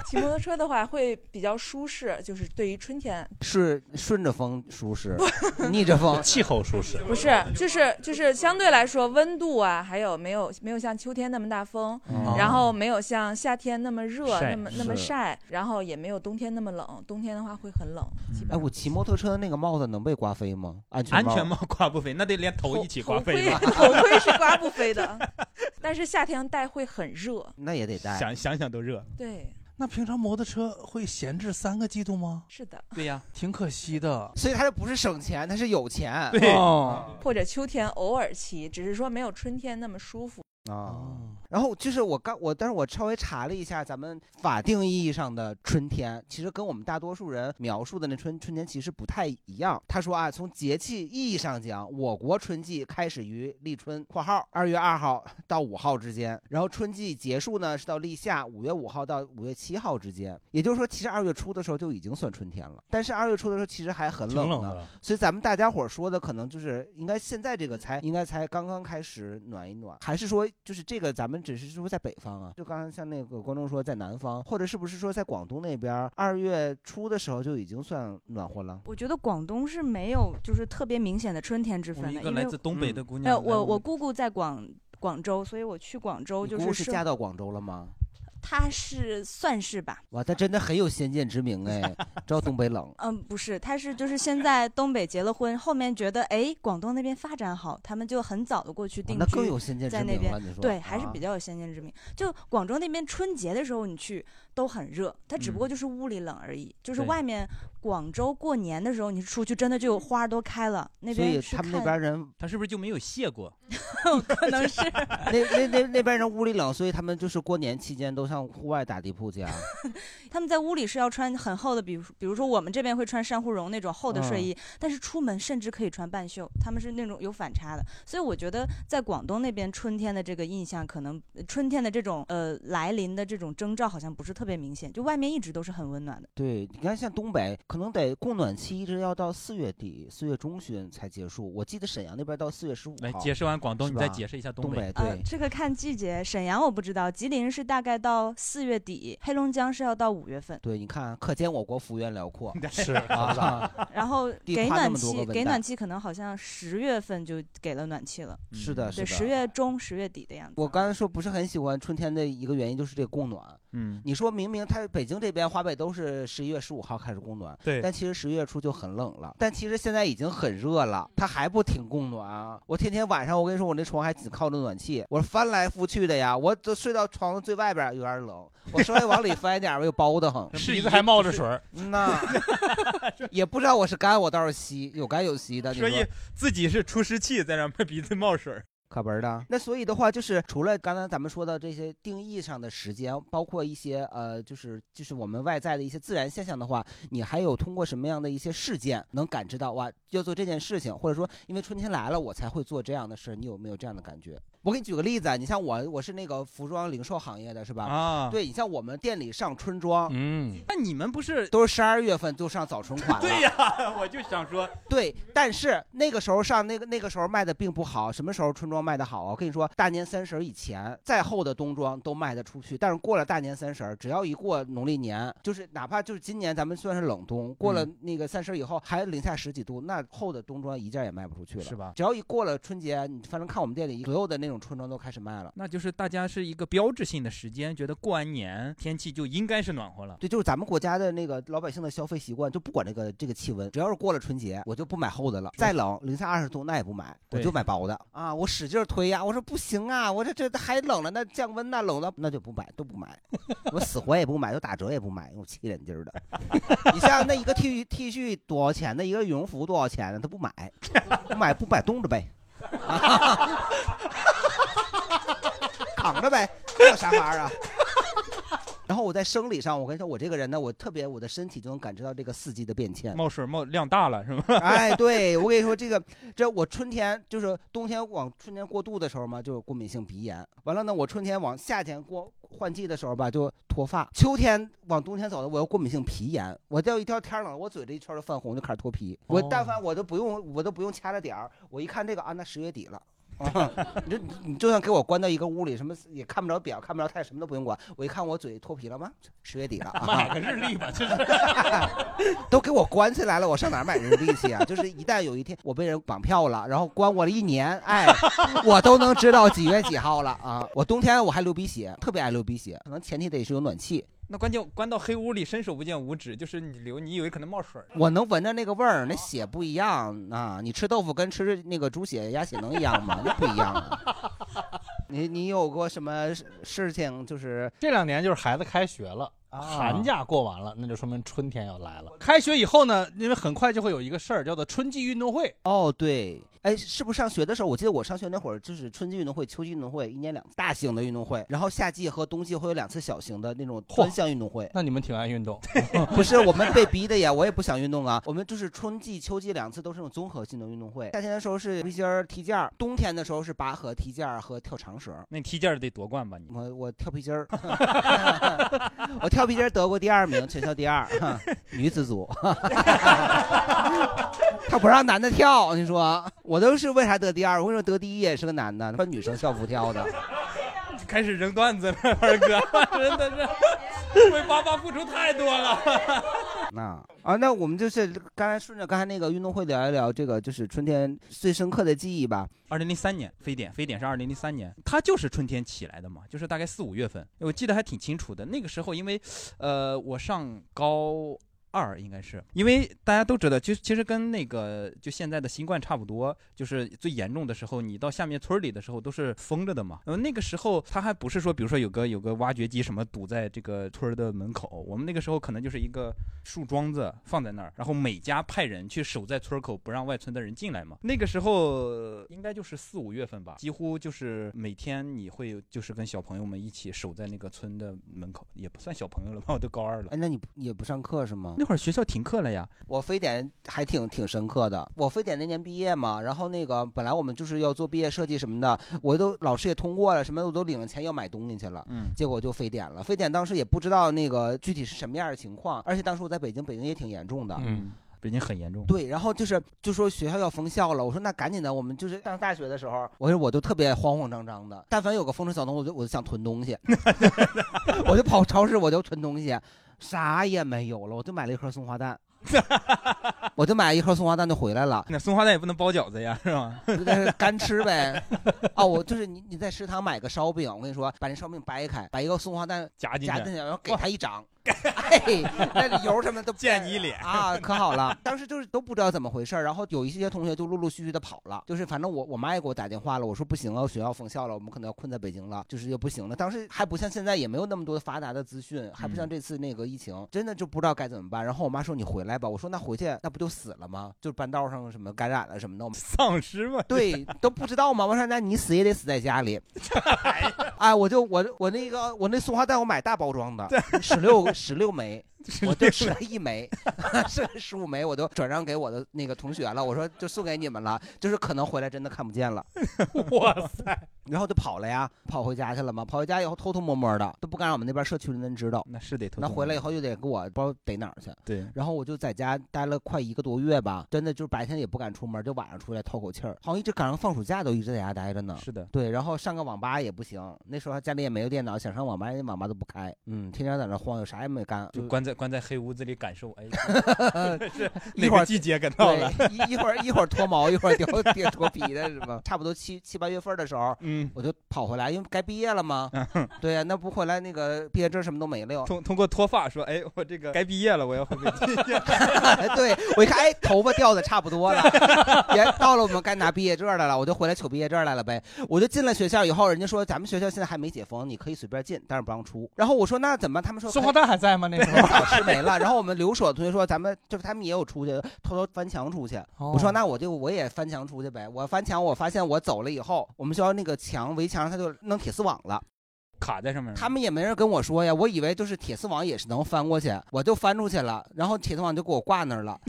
骑摩托车的话会比较舒适，就是对于春天
是顺着风舒适，逆着风
气候舒适，
不是，就是就是相对来说温度啊，还有没有没有像秋天那么大风，
嗯
然后没有像夏天那么热，
晒
那么那么
是
晒，然后也没有冬天那么冷。冬天的话会很冷，基
哎，
本
我骑摩托车那个帽子能被刮飞吗？安全
安
帽
全帽刮不飞，那得连头一起刮飞吧？
头盔 是刮不飞的，但是夏天戴会很热。
那也得戴，
想想想都热。
对，
那平常摩托车会闲置三个季度吗？
是的，
对呀，
挺可惜的。
所以它这不是省钱，它是有钱。
哦
或者秋天偶尔骑，只是说没有春天那么舒服。
哦
啊。然后就是我刚我，但是我稍微查了一下咱们法定意义上的春天，其实跟我们大多数人描述的那春春天其实不太一样。他说啊，从节气意义上讲，我国春季开始于立春（括号二月二号到五号之间），然后春季结束呢是到立夏五月五号到五月七号之间。也就是说，其实二月初的时候就已经算春天了，但是二月初的时候其实还很
挺
冷
冷
呢
的。
所以咱们大家伙儿说的可能就是应该现在这个才应该才刚刚开始暖一暖，还是说就是这个咱们只是说在北方啊？就刚才像那个观众说在南方，或者是不是说在广东那边儿二月初的时候就已经算暖和了？
我觉得广东是没有就是特别明显的春天之分的，
我们一个
因为
来自东北的姑娘
呃，
来我
我
们
我姑姑在广广州，所以我去广州
你
就
姑姑
是
是
顺
嫁到广州了吗？
她是算是吧。
哇，她真的很有先见之明 哎，知道东北冷。
嗯，不是，她是就是先在东北结了婚，后面觉得哎，广东那边发展好，他们就很早的过去定居，
哦那更有先见之
在那
明
边
了你说
对，还是
啊
比较有先见之明。就广州那边春节的时候你去都很热，它只不过
嗯
就是屋里冷而已，就是
对
外面广州过年的时候你出去真的就花儿都开了，那
所以
边去
他们那
看
边儿人，
他是不是就没有谢过？
嗯
可能是
那那那那边儿人屋里冷，所以他们就是过年期间都上户外打地铺去啊。
他们在屋里是要穿很厚的，比如比如说我们这边会穿珊瑚绒那种厚的
嗯
睡衣，但是出门甚至可以穿半袖，他们是那种有反差的。所以我觉得在广东那边春天的这个印象，可能呃春天的这种呃来临的这种征兆好像不是特别明显，就外面一直都是很温暖的。
对，你看像东北，可能得供暖期一直要到四月底、四月中旬才结束。我记得沈阳那边到四月十五号。
来哎解释完广东
是
你再
吧
解释一下东
东
北。
对，
呃，这个看季节，沈阳我不知道，吉林是大概到四月底，黑龙江是要到五月份。
对，你看，可见我国幅员辽阔
是是
啊
吧，
然后
地
给
瓜那
暖
么多
气，
个文
给
旦
暖气可能好像十月份就给了暖气了，
嗯是的是
对，
的
十月中、十月底的样子。
我刚才说不是很喜欢春天的一个原因就是这个供暖。
嗯，
你说明明它北京这边华北都是十一月十五号开始供暖，
对
但其实十月初就很冷了，但其实现在已经很热了，它还不挺供暖啊！我天天晚上，我跟你说，我那床还紧靠着暖气，我翻来覆去的呀，我都睡到床的最外边儿有点冷，我稍微往里翻一点儿，我又包的很，
鼻子还冒着水儿，
那也不知道我是干，我倒是稀，有干有稀的。你
所
说
以自己是除湿器在那儿鼻子冒水儿。
课 本儿的。那所以的话，就是除了刚才咱们说到这些定义上的时间，包括一些呃，就是就是我们外在的一些自然现象的话，你还有通过什么样的一些事件能感知到哇，要做这件事情，或者说因为春天来了，我才会做这样的事儿，你有没有这样的感觉？我给你举个例子啊，你像我，我是那个服装零售行业的，是吧？
啊
对你像我们店里上春装，
嗯，
那你们不是
都是十二月份就上早春款了？
对哎呀，我就想说，
对，但是那个时候上那个那个时候卖的并不好，什么时候春装卖的好啊？我跟你说，大年三十儿以前，再厚的冬装都卖得
嗯
出去，但是过了大年三十儿，只要一过农历年，就是哪怕就是今年咱们算是冷冬，过了
嗯
那个三十儿以后还零下十几度，那厚的冬装一件儿也卖不出去了，
是吧
只要一过了春节，你反正看我们店里所有的那种春装都开始卖了。
那就是大家是一个标志性的时间，觉得过完年天气就应该是暖和了。
对，就是咱们国家的那个老百姓的消费习惯，就不管这个这个气温，只要是过了春节，我就不买厚的了。再冷，零下二十度那也不买，我
对
就买薄的啊。我使劲儿推呀、我说不行啊，我这这还冷了，那降温那冷了，那就不买，都不买，我死活也不买，就打折也不买，我气人劲儿的。你像那一个 T 恤 T 恤多少钱的，一个羽绒服多少钱的，他不买，不买不买冻着呗。 躺着呗，这有啥玩意儿啊？ 然后我在生理上，我跟你说，我这个人呢，我特别，我的身体就能感知到这个四季的变迁。
冒水冒量大了是吗？
哎，对，我跟你说，这个这我春天就是冬天往春天过渡的时候嘛，就有过敏性鼻炎。完了呢，我春天往夏天过换季的时候吧，就脱发。秋天往冬天走的，我要过敏性皮炎。我掉一条天儿冷，我嘴这一圈儿都泛红，就开始脱皮。我
哦
但凡我都不用，我都不用掐着点儿，我一看这个啊，那十月底了。啊， 你就你你就算给我关到一个屋里，什么也看不着表，看不着太，什么都不用管。我一看我嘴脱皮了吗？十月底了，啊
买个日历吧，这是。
都给我关起来了，我上哪儿买日历去啊？就是一旦有一天我被人绑票了，然后关我了一年，哎，我都能知道几月几号了啊！我冬天我还流鼻血，特别爱流鼻血，可能前提得是有暖气，
那关键关到黑屋里，伸手不见五指，就是你流，你以为可能冒水儿。
我能闻着那个味儿，那血不一样啊！你吃豆腐跟吃那个猪血、鸭血能一样吗？那不一样啊！你你有过什么事事情？就是
这两年就是孩子开学了。
啊
寒假过完了，那就说明春天要来了。开学以后呢，因为很快就会有一个事儿，叫做春季运动会。
哦，对，哎，是不是上学的时候？我记得我上学那会儿，就是春季运动会、秋季运动会，一年两次大型的运动会，然后夏季和冬季会有两次小型的那种专项运 动会。
那你们挺爱运动，
不是我们被逼的呀，我也不想运动啊。我们就是春季、秋季两次都是那种综合性的运动会。夏天的时候是背心儿、踢毽儿，冬天的时候是拔河、踢毽儿和跳长绳。
那你踢毽儿得夺冠吧你？
我我跳皮筋儿， 我跳皮筋儿得过第二名，全校第二， 女子组。 他不让男的跳，你说我都是为啥得第二？我跟你说得第一也是个男的，穿女生校服跳的。
开始扔段子了，二哥， 真的是 为爸爸付出太多了。
那啊，那我们就是刚才顺着刚才那个运动会聊一聊这个，就是春天最深刻的记忆吧。
二零零三年非典，非典是二零零三年，它就是春天起来的嘛，就是大概四五月份，哎我记得还挺清楚的。那个时候，因为，呃，我上高二应该是，因为大家都知道，就其实跟那个就现在的新冠差不多，就是最严重的时候，你到下面村儿里的时候都是封着的嘛。呃，那个时候它还不是说，比如说有个有个挖掘机什么堵在这个村儿的门口，我们那个时候可能就是一个树桩子放在那儿，然后每家派人去守在村儿口，不让外村的人进来嘛。那个时候呃应该就是四五月份吧，几乎就是每天你会就是跟小朋友们一起守在那个村的门口，也不算小朋友了吧，我都高二了
哎，。那你不也不上课是吗？
那会儿学校停课了呀，
我非典还挺挺深刻的。我非典那年毕业嘛，然后那个本来我们就是要做毕业设计什么的，我都老师也通过了，什么我都领了钱要买东西去了，
嗯，
结果就非典了。非典当时也不知道那个具体是什么样的情况，而且当时我在北京，北京也挺严重的，
嗯，北京很严重。
对，然后就是就说学校要封校了，我说那赶紧的，我们就是上大学的时候，我说我就特别慌慌张张的，但凡有个风吹草动，我就我就想囤 东西，我就跑超市，我就囤东西，啥也没有了，我就买了一盒松花 蛋，我就买了一盒松花蛋就回来了。
那松花蛋也不能包饺子呀， 是吧？
但是干吃呗。哦，我就是你，你在食堂买个烧饼，我跟你说，把那烧饼掰开，把一个松花蛋
夹进去
夹进去，然后给它一掌，嘿，那油什么 都
溅你脸
啊，可好了。 当时就是都不知道怎么回事儿，然后有一些同学就陆陆续续的跑了，就是反正我我妈也给我打电话了，我说不行啊，学校封校了，我们可能要困在北京了，就是也不行了。当时还不像现在也没有那么多的发达的资讯，还不像这次那个疫情，真的就不知道该怎么办。然后我妈说你回来吧，我说那回去那不就死了吗？就是半道上什么感染了什么的，
丧尸嘛，
对，都不知道嘛。我说那你死也得死在家里。哎，我就我我那个我那松花蛋我买大包装的，十六十六 枚，我就吃了一枚， 剩十五枚我都转让给我的那个同学了，我说就送给你们了，就是可能回来真的看不见了。
哇塞！
然后就跑了呀，跑回家去了嘛。跑回家以后偷偷摸摸的，都不敢让我们那边社区的人知道。
那是得偷偷
那
摸摸
回来以后就得给我不知道逮哪儿去。
对
然后我就在家待了快一个多月吧，真的就是白天也不敢出门，就晚上出来透口气儿，好像一直赶上放暑假都一直在家待着呢。
是的，
对，然后上个网吧也不行，那时候家里也没有电脑，想上网吧人家网吧都不开，嗯，天天在那晃悠，啥也没干，，
就关在关在黑屋子里感受，哎 是
呃一
哪
会儿
个季节感到了？
对一一会儿一会儿脱毛，一会儿 掉 掉脱皮的是吧？差不多七七八月份的时候，
嗯，
我就跑回来，因为该毕业了嘛。对啊呀、那不回来那个毕业证什么都没了哟。
通通过脱发说，哎，我这个该毕业了，我要回北京。
对 我一看，哎，头发掉的差不多 了，也到了我们该拿毕业证的了，我就回来取毕业证来了呗。我就进了学校以后，人家说咱们学校现在还没解封，你可以随便进，但是不让出。然后我说那怎么办？他们说
松花蛋还在吗？那时 候
老师没了。然后我们留守的同学说，咱们就是他们也有出去偷偷翻墙出去。
哦
我说那我就我也翻墙出去呗。我翻墙，我发现我走了以后，我们学校那个墙围墙它就弄铁丝网了。
卡在上面了。
他们也没人跟我说呀，我以为就是铁丝网也是能翻过去，我就翻出去了，然后铁丝网就给我挂那儿了。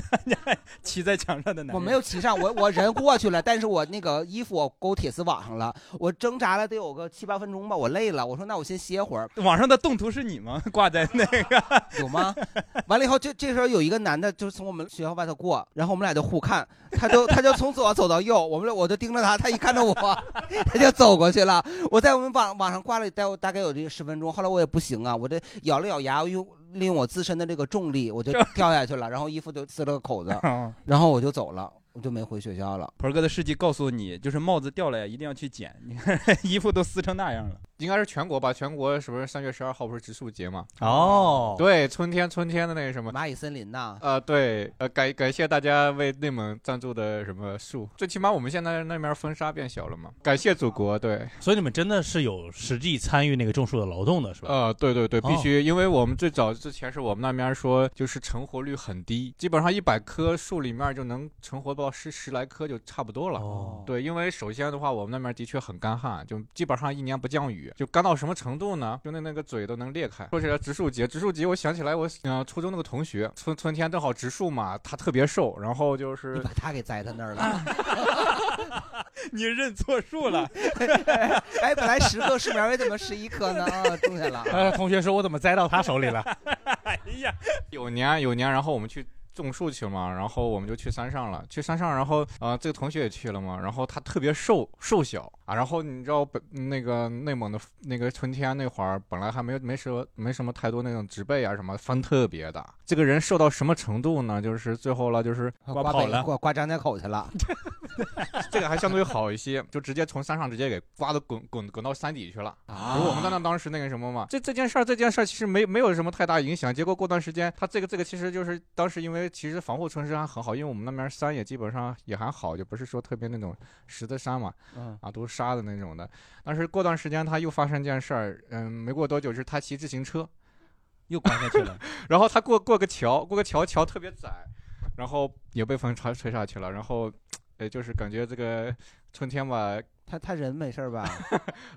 骑在墙上的男人，
我没有骑上，我我人过去了，但是我那个衣服我勾铁丝网上了，我挣扎了得有个七八分钟吧，我累了，我说那我先歇会儿。
网上的动图是你吗？ 挂在那 个
有吗？ 完了以后，这这时候有一个男的，就是从我们学校外头过，然后我们俩就互看，他就他就从左走到右，我们俩我就盯着他，他一看着我， 他就走过去了。我在我们网网上挂了大大概有这个十分钟，后来我也不行啊，我这咬了咬牙，我用利用我自身的这个重力，我就掉下去了，然后衣服就撕了个口子，然后我就走了，我就没回学校了。
盆儿哥的事迹告诉你，就是帽子掉了呀，一定要去捡。你看衣服都撕成那样了。
应该是全国吧？全国是不是三月十二号不是植树节嘛？
哦
对，春天春天的那个什么
蚂蚁森林呐、
呃，对，呃，感感谢大家为内蒙赞助的什么树，最起码我们现在那边风沙变小了嘛，感谢祖国，对。
所以你们真的是有实际参与那个种树的劳动的，是吧？
呃，对对对，必
哦
须，因为我们最早之前是我们那边说，就是成活率很低，基本上一百棵树里面就能成活到十十来棵就差不多了。
哦，
对，因为首先的话，我们那边的确很干旱，就基本上一年不降雨，就干到什么程度呢？就那那个嘴都能裂开。说起来植树节，植树节，我想起来我嗯、呃初中那个同学，春春天正好植树嘛，他特别瘦，然后就是
把他给栽他那儿了。
你认错树了，
哎，本来十棵树苗，为什么十一棵呢？啊，种下了。
呃，同学说我怎么栽到他手里了？
哎呀，
有年有年，然后我们去种树去嘛，然后我们就去山上了。去山上，然后呃，这个同学也去了嘛，然后他特别瘦瘦小啊。然后你知道本那个内蒙的那个春天那会儿，本来还没有没什么没什么太多那种植被啊什么，风特别大。这个人瘦到什么程度呢？就是最后了，就是
啊刮北刮刮张家口去了。
这个还相对好一些，就直接从山上直接给刮的滚滚滚到山底去了。
啊
然后我们在那当时那个什么嘛，这这件事儿这件事儿其实没没有什么太大影响。结果过段时间，他这个这个其实就是当时因为其实防护措施还很好，因为我们那边山也基本上也还好，就不是说特别那种石子山嘛，
嗯
啊都是沙的那种的。但是过段时间他又发生一件事儿，嗯，没过多久是他骑自行车
又刮下去了，
然后他过过个桥，过个桥桥特别窄，然后也被风吹吹下去了，然后。呃，就是感觉这个春天吧，
他他人没事儿 吧？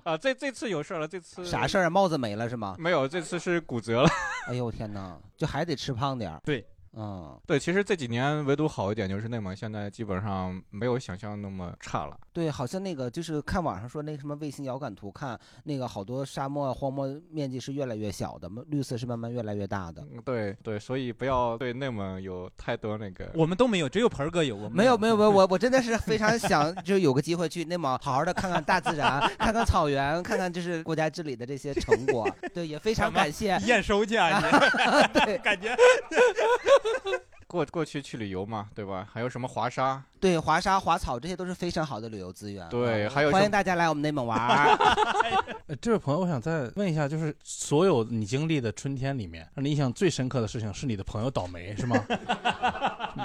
啊，这这次有事儿了，这次
啥事儿啊？帽子没了是吗？
没有，这次是骨折了。
哎呦我天哪，就还得吃胖点儿。
对，
嗯，
对，其实这几年唯独好一点，就是内蒙现在基本上没有想象那么差了。
对，好像那个就是看网上说那个什么卫星遥感图看，那个好多沙漠荒漠面积是越来越小的，绿色是慢慢越来越大的。
嗯对对，所以不要对内蒙有太多那个。
我们都没有，只有盆儿哥有。我们
没有没有没 有，我我真的是非常想，就是有个机会去内蒙好好的看看大自然，看看草原，看看就是国家治理的这些成果。 对，也非常感谢
验收去啊！你
对，
感觉
过过去去旅游嘛，对吧？还有什么华沙？
啊
对，华沙、华草这些都是非常好的旅游资源。
对
啊
还有
欢
什
迎
么
大家来我们内蒙玩儿。
呃，这位朋友，我想再问一下，就是所有你经历的春天里面，让你印象最深刻的事情是你的朋友倒霉，是吗？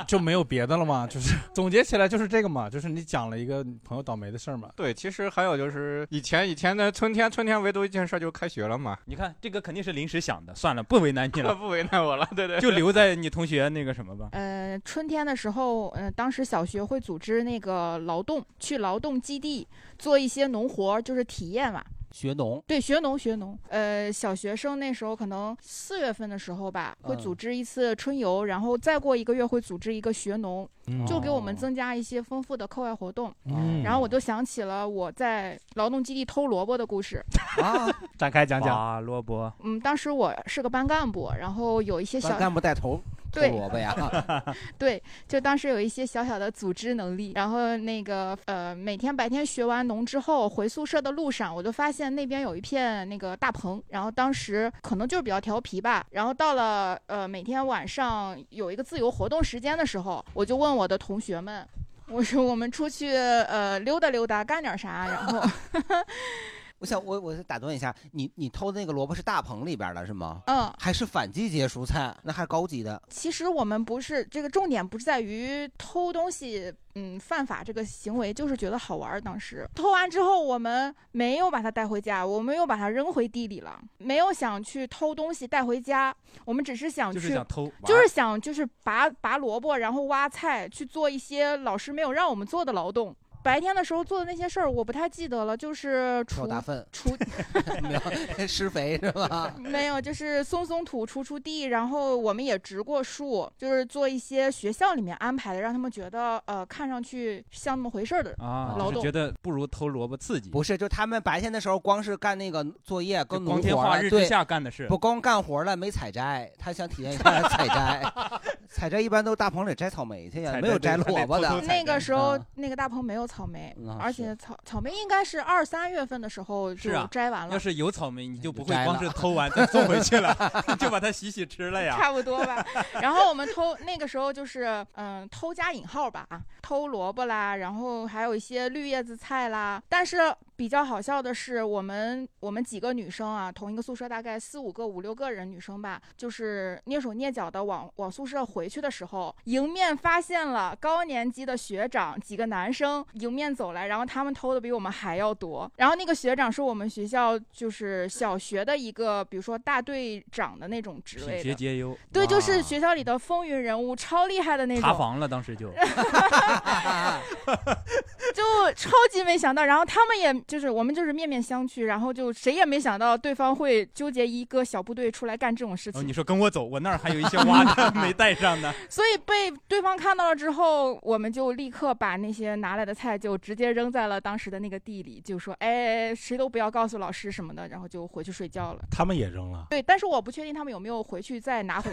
就没有别的了吗？就是总结起来就是这个嘛，就是你讲了一个朋友倒霉的事儿嘛。
对，其实还有就是以前以前的春天，春天唯独一件事儿就是开学了嘛。
你看这个肯定是临时想的，算了，不为难你了，
不为难我了，对对，
就留在你同学那个什么吧。
呃，春天的时候，呃，当时小学会组织那个劳动，去劳动基地做一些农活儿，就是体验嘛。
学农，
对，学农学农。呃，小学生那时候可能四月份的时候吧，会
嗯
组织一次春游，然后再过一个月会组织一个学农，
嗯
就给我们增加一些丰富的课外活动。
嗯
然后我就想起了我在劳动基地偷萝卜的故事。
展开讲讲啊，萝卜。
嗯，当时我是个班干部，然后有一些小
班干部带头偷
对
萝卜呀。
对，就当时有一些小小的组织能力，然后那个呃，每天白天学完农之后，回宿舍的路上，我就发现那边有一片那个大棚，然后当时可能就是比较调皮吧，然后到了呃每天晚上有一个自由活动时间的时候，我就问我的同学们，我说我们出去呃溜达溜达，干点啥，然后
我想我我打断一下，你你偷的那个萝卜是大棚里边的是吗？
嗯
还是反季节蔬菜，那还是高级的。
其实我们不是这个重点，不是在于偷东西，嗯，犯法这个行为，就是觉得好玩儿。当时偷完之后，我们没有把它带回家，我们又把它扔回地里了，没有想去偷东西带回家，我们只是想去，
就是想偷玩儿
就是想就是拔拔萝卜，然后挖菜，去做一些老师没有让我们做的劳动。白天的时候做的那些事儿，我不太记得了，就是
挑
除
大粪，
除
没有施肥是
啊
吧？
没有，就是松松土、锄锄地，然后我们也植过树，就是做一些学校里面安排的，让他们觉得呃看上去像那么回事儿的
啊，
劳
就是
动。
觉得不如偷萝卜刺激。
不是，就他们白天的时候，光是干那个作业，跟
光
农
天
活
化
了
日
啊对
之下干的事
不光干活了，没采摘，他想体验一 下采摘。采摘一般都是大棚里摘草莓去呀，
采
没有
摘
摘
对
萝卜
还得
的
偷。偷
那个时候
啊
嗯，
那个大棚没有草莓
嗯，
而
是
且草草莓应该是二三月份的时候
是
就
啊，
摘完了
要，是有草莓，你就不会
摘
光
了
是偷完 再送回去了，你就把它洗洗吃了 呀。
差不多吧。然后我们偷那个时候就是嗯、偷加引号吧啊，偷萝卜啦，然后还有一些绿叶子菜啦。但是比较好笑的是，我们我们几个女生啊，同一个宿舍大概四五个、五六个人女生吧，就是蹑手蹑脚的往往宿舍回去的时候，迎面发现了高年级的学长几个男生迎面走来，然后他们偷的比我们还要多。然后那个学长是我们学校就是小学的一个，比如说大队长的那种职位
学
的。
皆优。
对，就
哇
是学校里的风云人物，超厉害的那
塌
种，
房了，当时就
就超级没想到。然后他们也就是我们就是面面相觑，然后就谁也没想到对方会纠结一个小部队出来干这种事
哦，
情
你。说跟我走，我那儿还有一些挖的没带上 呢。
所以被对方看到了之后，我们就立刻把那些拿来的菜就直接扔在了当时的那个地里，就说：“哎，谁都不要告诉老师什么的。”然后就回去睡觉了。
他们也扔了，
对，但是我不确定他们有没有回去再拿回，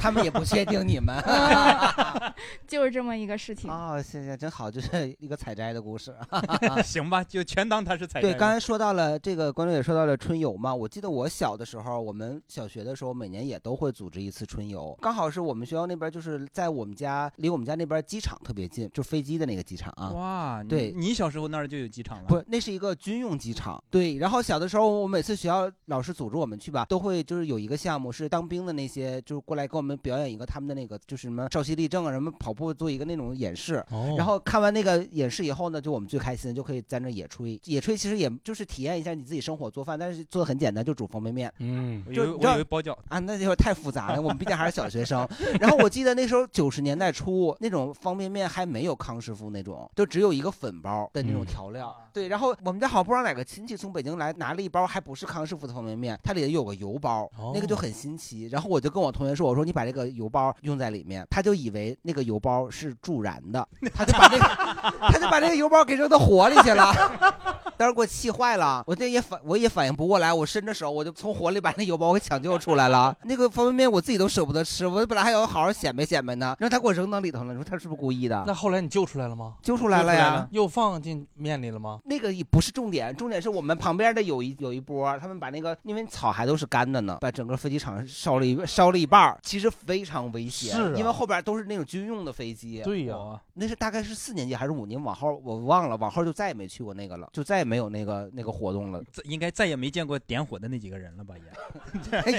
他们也不确定你们。
就是这么一个事情。
哦，谢谢，真好，就是一个采摘的故事。
行吧，就全当它是采摘
对，
吧。
刚才说到了这个，观众也说到了春游嘛。我记得我小的时候，我们小学的时候，每年也都会组织一次春游。刚好是我们学校那边，就是在我们家离我们家那边机场特别近，就飞机的那个机场啊。
哇，你
对
你小时候那儿就有机场了。
不，那是一个军用机场。对，然后小的时候，我每次学校老师组织我们去吧，都会就是有一个项目是当兵的那些，就是过来给我们表演一个他们的那个就是什么稍息立正啊，什么跑步做一个那种演示。
哦
然后看完那个演示以后呢，就我们最开心，就可以在那野炊。野炊其实也就是体验一下你自己生火做饭，但是做的很简单，就煮方便面。
嗯
我以
就
为
你知
我
道
以为包饺子。
啊，那就太复杂了。我们毕竟还是小学生。然后我记得那时候九十年代初，那种方便面还没有康师傅那种，就只有一个粉包的那种调料。对，然后我们家好不知道哪个亲戚从北京来，拿了一包还不是康师傅的方便面，它里头有个油包，那个就很新奇。然后我就跟我同学说，我说你把这个油包用在里面，他就以为那个油包是助燃的，他就把那个他就把这个油包给扔到火里去了。 当时给我气坏了，我这也反我也反应不过来，我伸着手我就从火里把那油包给抢救出来了。那个方便面我自己都舍不得吃，我本来还要好好显摆显摆呢，让他给我扔到里头了。你说他是不是故意的？
那后来你救出来了吗？
揪出来了呀，
又放进面里了吗？
那个也不是重点，重点是我们旁边的有一有一波，他们把那个因为草还都是干的呢，把整个飞机场烧了一烧了一半儿，其实非常危险，
是啊
因为后边都是那种军用的飞机。
对呀
哦
那是大概是四年级还是五年往后，我忘了，往后就再也没去过那个了，就再也没有那个那个活动了。
应该再也没见过点火的那几个人了吧？也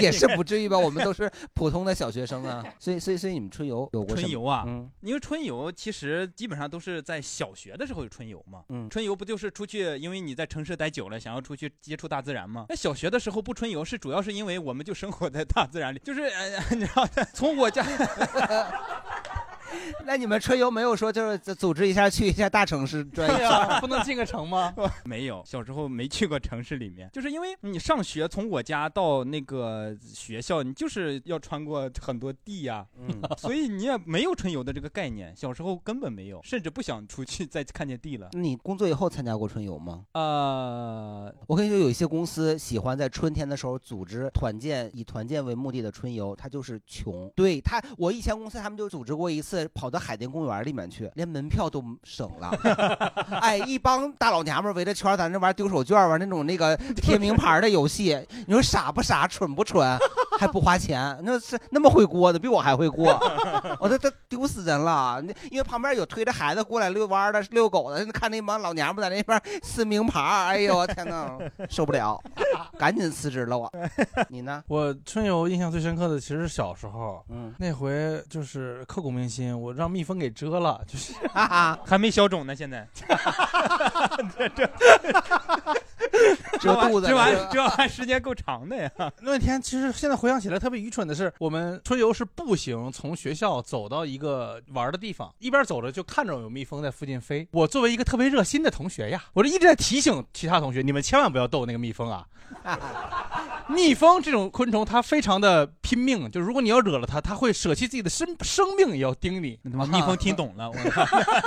也是不至于吧？我们都是普通的小学生啊，所以所以所以你们春游有过什么
春游啊，
嗯，
因为春游其实基本上都是在小学的时候有春游嘛。
嗯
春游不就是出去，因为你在城市待久了，想要出去接触大自然
嗯
嘛。那小学的时候不春游，是主要是因为我们就生活在大 自然里，就是、呃、你知道的，从我家
那你们春游没有说就是组织一下去一下大城市转一
对
圈？
呀，不能进个城吗？
没有，小时候没去过城市里面，就是因为你上学从我家到那个学校，你就是要穿过很多地呀、
嗯
所以你也没有春游的这个概念，小时候根本没有，甚至不想出去再看见地了。
你工作以后参加过春游吗？
呃，
我跟你说，有一些公司喜欢在春天的时候组织团建，以团建为目的的春游，它就是穷。对他，我以前公司他们就组织过一次，跑到海淀公园里面去，连门票都省了。哎，一帮大老娘们儿围着圈儿在那玩丢手绢儿，玩那种那个贴名牌儿的游戏。你说傻不傻，蠢不蠢？还不花钱，那是那么会过的，比我还会过。我都都丢死人了，那因为旁边有推着孩子过来遛弯儿的、遛狗的，看那帮老娘们在那边儿撕名牌儿，哎呦我天呐，受不了，赶紧辞职了我。 你呢？
我春游印象最深刻的其实是小时候，
嗯，
那回就是刻骨铭心，我让蜜蜂给蛰了，就是
还没消肿呢，现在
遮肚子
这玩
是吧
这玩时间够长的 呀。
那天其实现在回想起来特别愚蠢的是，我们春游是步行从学校走到一个玩的地方，一边走着就看着有蜜蜂在附近飞。我作为一个特别热心的同学呀，我就一直在提醒其他同学，你们千万不要逗那个蜜蜂啊。
啊
蜜蜂这种昆虫，它非常的拼命，就如果你要惹了它，它会舍弃自己的生生命也要叮你。啊
蜜蜂听懂了，我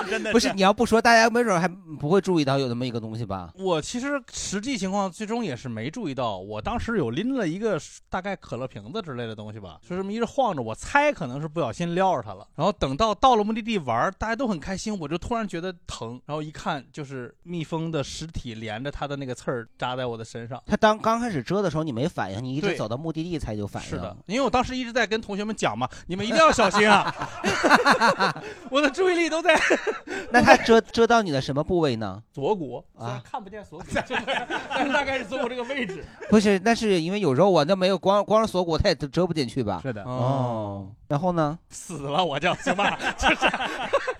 真的
不是你要不说，大家没准还不会注意到有那么一个东西吧？
我其实实际情况最终也是没注意到，我当时有拎了一个大概可乐瓶子之类的东西吧，就这么一直晃着，我猜可能是不小心撩着它了。然后等到到了目的地玩儿，大家都很开心，我就突然觉得疼，然后一看就是蜜蜂的尸体连着它的那个刺儿扎在我的身上。
他当刚开始蛰的时候，你没反应，你一直
对
走到目的地才有反应。
是的，因为我当时一直在跟同学们讲嘛，你们一定要小心 啊！我的注意力都在
那它蛰蛰到你的什么部位呢？
左骨，
啊
虽然看不见锁骨， 但是大概是锁骨这个位置。
不是，那是因为有肉啊，那没有光光是锁骨，它也折不进去吧？
是的
哦。
嗯
然后呢？
死了我就行 吧，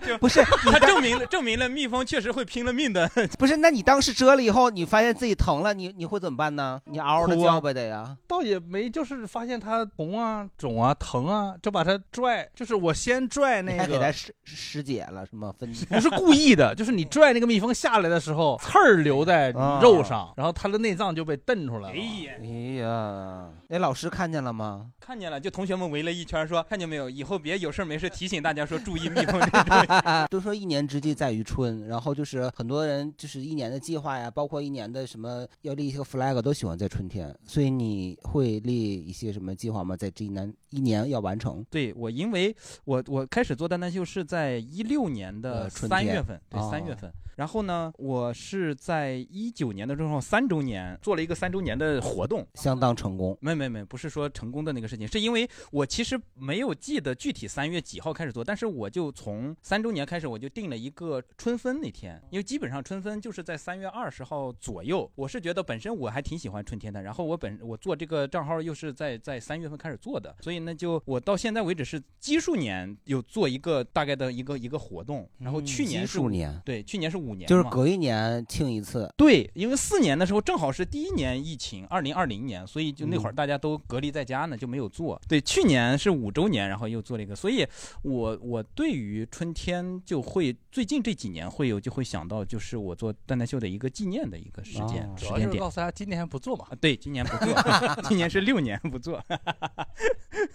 就
不是
他证明了证明了蜜蜂确实会拼了命的。
不是，那你当时蛰了以后，你发现自己疼了，你你会怎么办呢？你嗷嗷的
哭啊
叫呗得呀。
倒也没，就是发现它红啊、肿啊、疼啊，就把它拽，就是我先拽那
你
个，
还给它师师姐了是吗？分
不是故意的， 就是你拽那个蜜蜂下来的时候，刺儿留在肉上，啊然后它的内脏就被蹬出来了。
哎呀，那哎老师看见了吗？
看见了，就同学们围了一圈说：“看见没有，以后别有事儿没事提醒大家说注意蜜蜂这种。
都说一年之计在于春，然后就是很多人就是一年的计划呀，包括一年的什么要立一个 flag，都喜欢在春天。所以你会立一些什么计划吗？在这一年一年要完成？
对我，因为我我开始做蛋蛋秀是在一六年的
呃春
三
天
月份，对
哦
三月份。然后呢，我是在一九年的时候三周年做了一个三周年的活动，
相当成功。
没没没，不是说成功的那个事情，是因为我其实没有记得具体三月几号开始做，但是我就从三周年开始，我就定了一个春分那天，因为基本上春分就是在三月二十号左右。我是觉得本身我还挺喜欢春天的，然后我本我做这个账号又是在在三月份开始做的，所以呢，就我到现在为止是奇数年有做一个大概的一个一个活动，然后去年
嗯奇
是
数
五
年
对，去年是五年嘛，
就是隔一年庆一次。
对，因为四年的时候正好是第一年疫情，二零二零年，所以就那会儿大家都隔离在家呢，就没有做。对，去年是五周年，然后又做了一个，所以我我对于春天天就会最近这几年会有就会想到，就是我做蛋蛋秀的一个纪念的一个时间、
啊主
时
要就
间
是
点
告。诉大家今年还不做嘛。
啊对，今年不 做， 今年是六年不做。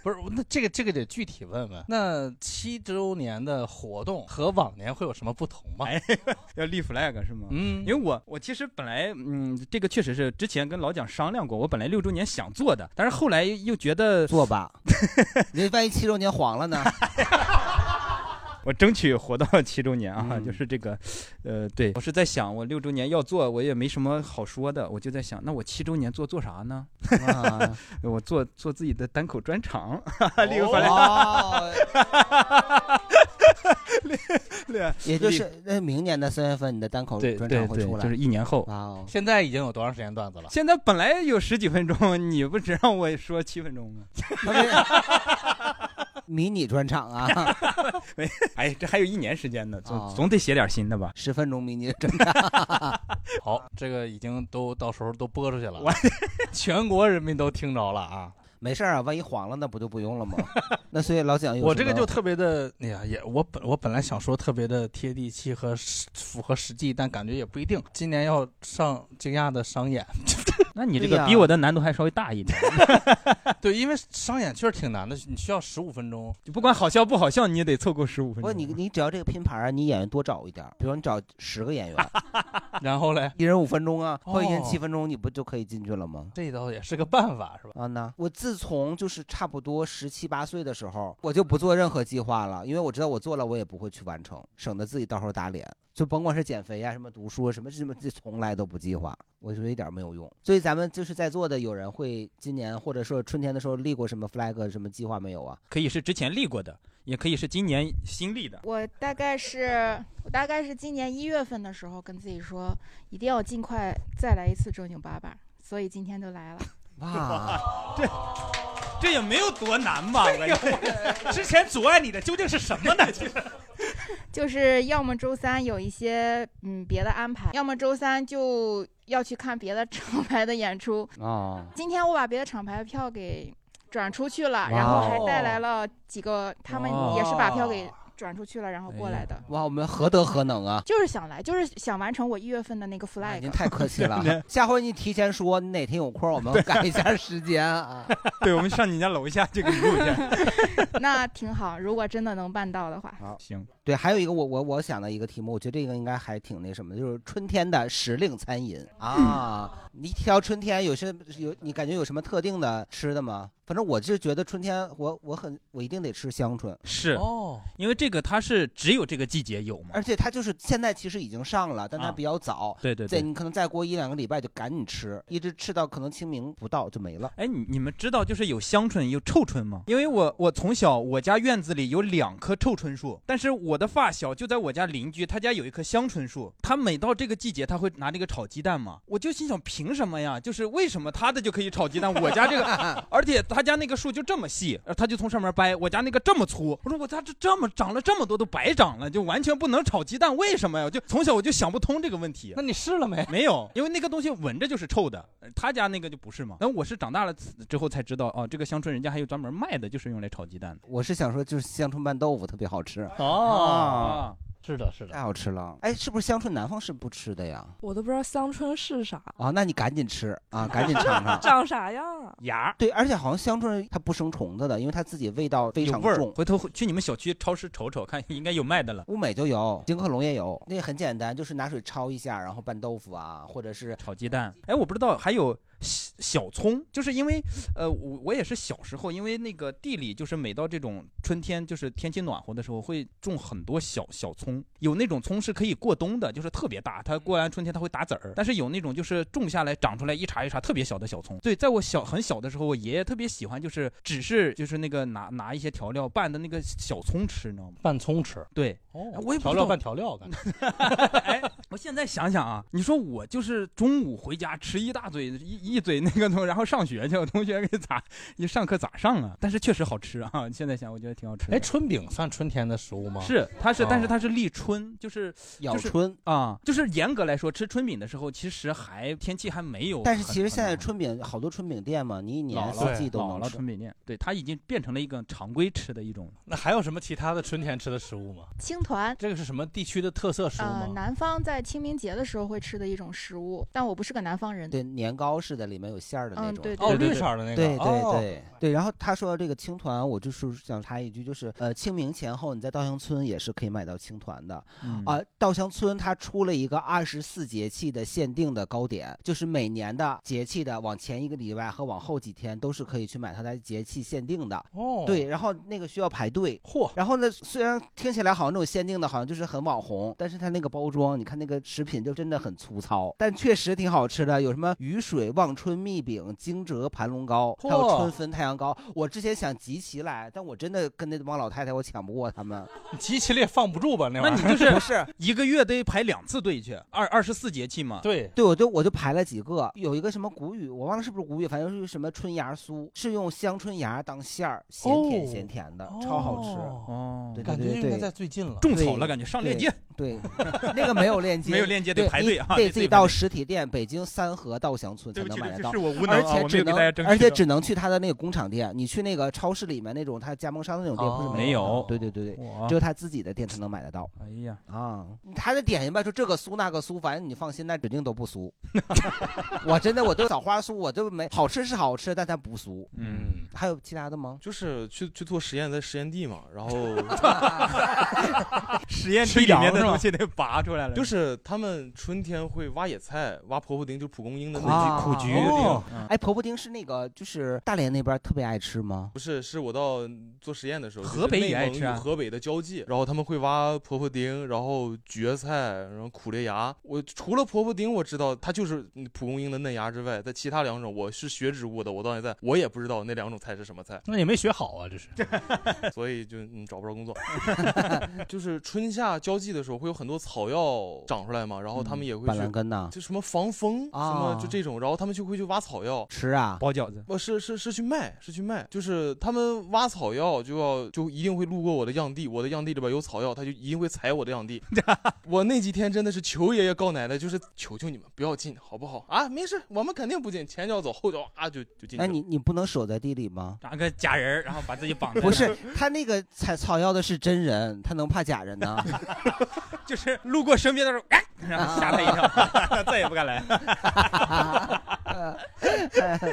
不是，那这个这个得具体问问。那七周年的活动和往年会有什么不同吗？
要立 flag 是吗？嗯，因为我我其实本来嗯，这个确实是之前跟老蒋商量过，我本来六周年想做的，但是后来又觉得
做 吧，你万一七周年黄了呢？
我争取活到七周年啊，
嗯
就是这个，呃，对我是在想，我六周年要做，我也没什么好说的，我就在想，那我七周年做做啥呢？
啊
我做做自己的单口专场， 利用法
哦
对，
也就是那明年的三月份，你的单口
对
专场会
对对
出来，
就是一年后
哇哦，
现在已经有多长时间段子了？
现在本来有十几分钟，你不只让我说七分钟吗？
迷你专 场啊，
没，哎，这还有一年时间呢，总
哦
总得写点新的吧？
十分钟迷你专场。
好，这个已经都到时候都播出去了， 全国人民都听着了啊。
没事啊，万一黄了，那不就不用了吗？ 那所以老蒋有
我
什
这个
么
就特别的，哎呀，也我本我本来想说特别的贴地气和实符合实际，但感觉也不一定。今年要上惊讶的商演，
那你这个比我的 难度还稍微大一点。
对，因为商演确实挺难的，你需要十五分钟。
就不管好笑不好笑，你也得凑够十五分
不，
钟。
你你只要这个拼盘啊，你演员多找一点儿，比如你找十个 演员，
然后嘞，
一人五分钟啊，或者一人
哦
七分钟，你不就可以进去了吗？
这倒也是个办法，是吧？
啊，那我自从就是差不多十七八岁的时候，我就不做任何计划了，因为我知道我做了我也不会去完成，省得自己到时候打脸。就甭管是减肥啊、什么读书啊、什么什么，这从来都不计划，我觉得一点儿没有用。所以咱们就是在座的有人会今年或者说春天的时候立过什么 flag、什么计划没有啊？
可以是之前立过的，也可以是今年新立的。
我大概是我大概是今年一月份的时候跟自己说，一定要尽快再来一次正经八百，所以今天就 来了。
哇，
这这也没有多难吧？我感
哎
觉之前阻碍你的究竟是什么呢？
就是要么周三有一些嗯别的安排，要么周三就要去看别的厂牌的演出。
哦，
今天我把别的厂牌的票给转出去了，
哇
然后还带来了几个，他们也是把票
哦
给转出去了，然后
哎
过来的。
哇，我们何德何能啊！
就是想来，就是想完成我一月份的那个
哎
flag。
您太客气 了，下回你提前说，你哪天有空，我们
对
改一下时间 啊。 哦
对，我们上你家楼下 这个路去。
那挺好，如果真的能办到的话。
好，
行。
对，还有一个我我我想到一个题目，我觉得这个应该还挺那什么的，就是春天的时令餐饮啊。你提到春天，有些有你感觉有什么特定的吃的吗？反正我是觉得春天，我我很我一定得吃香椿，
是
哦，
因为这个它是只有这个季节有嘛。
而且它就是现在其实已经上了，但它
啊
比较早。
对对
对，
对
你可能再过一两个礼拜就赶紧吃，一直吃到可能清明不到就没了。
哎，你你们知道就是有香椿有臭椿吗？因为我我从小我家院子里有两棵臭椿树，但是我的发小就在我家邻居，他家有一棵香椿树，他每到这个季节他会拿这个炒鸡蛋嘛，我就心想凭什么呀？就是为什么他的就可以炒鸡蛋，我家这个，而且他家那个树就这么细，呃他就从上面掰，我家那个这么粗，我说我家这这么长了这么多都白长了，就完全不能炒鸡蛋，为什么呀？我就从小我就想不通这个问题。
那你试了没？
没有，因为那个东西闻着就是臭的，呃他家那个就不是嘛。那我是长大了之后才知道，哦，这个香椿人家还有专门卖的，就是用来炒鸡蛋的。
我是想说，就是香椿拌豆腐特别好吃。
哦
啊，
是的，是的，
太好吃了。哎，是不是香椿南方是不吃的呀？
我都不知道香椿是啥，
啊，那你赶紧吃啊，赶紧 尝 尝。
长啥样啊？
芽
对，而且好像香椿它不生虫子的，因为它自己味道非
有
常
味儿
重，。
回头去你们小区超市瞅瞅，看应该有卖的了。
物美就有，金克隆也有，那很简单，就是拿水焯一下，然后拌豆腐啊，或者是
炒鸡蛋。哎，我不知道还有小小葱，就是因为呃，我我也是小时候，因为那个地里就是每到这种春天，就是天气暖和的时候，会种很多小小葱。有那种葱是可以过冬的，就是特别大，它过完春天它会打籽儿。但是有那种就是种下来长出来一茬一茬特别小的小葱。对，在我小很小的时候，我爷爷特别喜欢，就是只是就是那个拿拿一些调料拌的那个小葱吃，你知道吗？
拌葱吃。
对，
哦
哎我也不
调
知
料
道
拌调料， 感觉
我现在想想啊，你说我就是中午回家吃一大嘴一一嘴那个东西，然后上学去，我同学给咋你上课咋上啊？但是确实好吃啊，现在想我觉得挺好吃 的。
哎，春饼算春天的食物吗？
是，它是，但是
哦
它是立春，就是
哎咬
就是
春
啊，就是严格来说，吃春饼的时候，其实还天气还没有很。
但是其实现在春饼好多春饼店嘛，你一年
老
四
了
季都
老
能
了
吃。
春饼店，对它已经变成了一个常规吃的一种。
那还有什么其他的春天吃的食物吗？
青团，
这个是什么地区的特色食物吗？
呃，南方在清明节的时候会吃的一种食物，但我不是个南方人。
对，年糕似的，里面有馅儿的那
嗯
种，
对对哦对
绿色儿的那个
对
哦
对对对。然后他说这个青团，我就是想插一句，就是呃，清明前后你在稻香村也是可以买到青团的
嗯
啊。稻香村它出了一个二十四节气的限定的糕点，就是每年的节气的往前一个礼拜和往后几天都是可以去买它的节气限定的。
哦
对，然后那个需要排队。
嚯！
然后呢，虽然听起来好像那种限定的，好像就是很网红，但是它那个包装，你看那个食品就真的很粗糙，但确实挺好吃的。有什么雨水望春蜜饼、惊蛰盘龙糕，还有
嚯
春分太阳糕。我之前想集齐来，但我真的跟那帮老太太我抢不过他们。
集齐了也放不住吧？那
那
玩
你
意儿
就是
不是
一个月得排两次队去，二二十四节气嘛。
对，
对，我就我就排了几个，有一个什么谷雨，我忘了是不是谷雨，反正是什么春芽酥，是用香椿芽当馅儿，咸甜
哦
咸甜的，超好吃。
哦
对对
感觉
对
应
对
该在最近了
种草了感觉上
对
链接
对，那个没有 链接，
没有链接
对
得排队啊
你
得
得
自
自
己
己
排
到
队
实体店，北京三河稻香村才
对不
能
起
买得
对不
到，
起是我无能
而
啊我
且
没有
只
给
能
大家争
而
取
且
到
只能去他的那个工厂店，你去那个超市里面那种他加盟商的那种店不是
哦
没
没
有
有
的，对对对
哇
对，只有他自己的店才能买得到。
哎呀
啊，他的点心吧，说这个酥那个酥，反正你放心，那指定都不酥。 我真的我都枣花酥，我都没好吃是好吃，但它不酥。
嗯，
还有其他的吗？
就是去去做实验，在实验地嘛，然后
实验地里面的东西得拔出来了
就是他们春天会挖野菜，挖婆婆丁，就蒲公英的
啊
那
苦
菊嗯
菊
那
哦
个
哎，婆婆丁是那个就是大连那边特别爱吃吗？
不是，是我到做实验的时候，
河北
就是
也
内
爱
蒙
吃啊
与河北的交界，然后他们会挖婆婆丁，然后蕨菜，然后苦裂芽。我除了婆婆丁我知道它就是蒲公英的嫩芽之外，在其他两种我是学植物的，我到现在我也不知道那两种菜是什么菜。
那也没学好
哦
啊，这是。
所以就嗯找不着 工作。就是春夏交际的时候，会有很多草药长出来嘛，然后他们也会
嗯板
去
蓝根呐
就什么防风
啊
什么就这种，然后他们就会去挖草药
吃啊，
包饺子。
不呃是是是去卖，是去卖，就是他们挖草药就要就一定会路过我的样地，我的样地里边有草药，他就一定会踩我的样 地。我那几天真的是求爷爷告奶奶，就是求求你们不要进好不好啊？没事，我们肯定不进，前脚走后脚啊就就进去了。
哎，你你不能守在地里吗？
拿个假人儿，然后把自己 绑在那儿。
不是，他那个采草药的是真人，他能怕假人呢？
就是路过身边的时候，哎，然后吓他一 跳， 再也不敢来。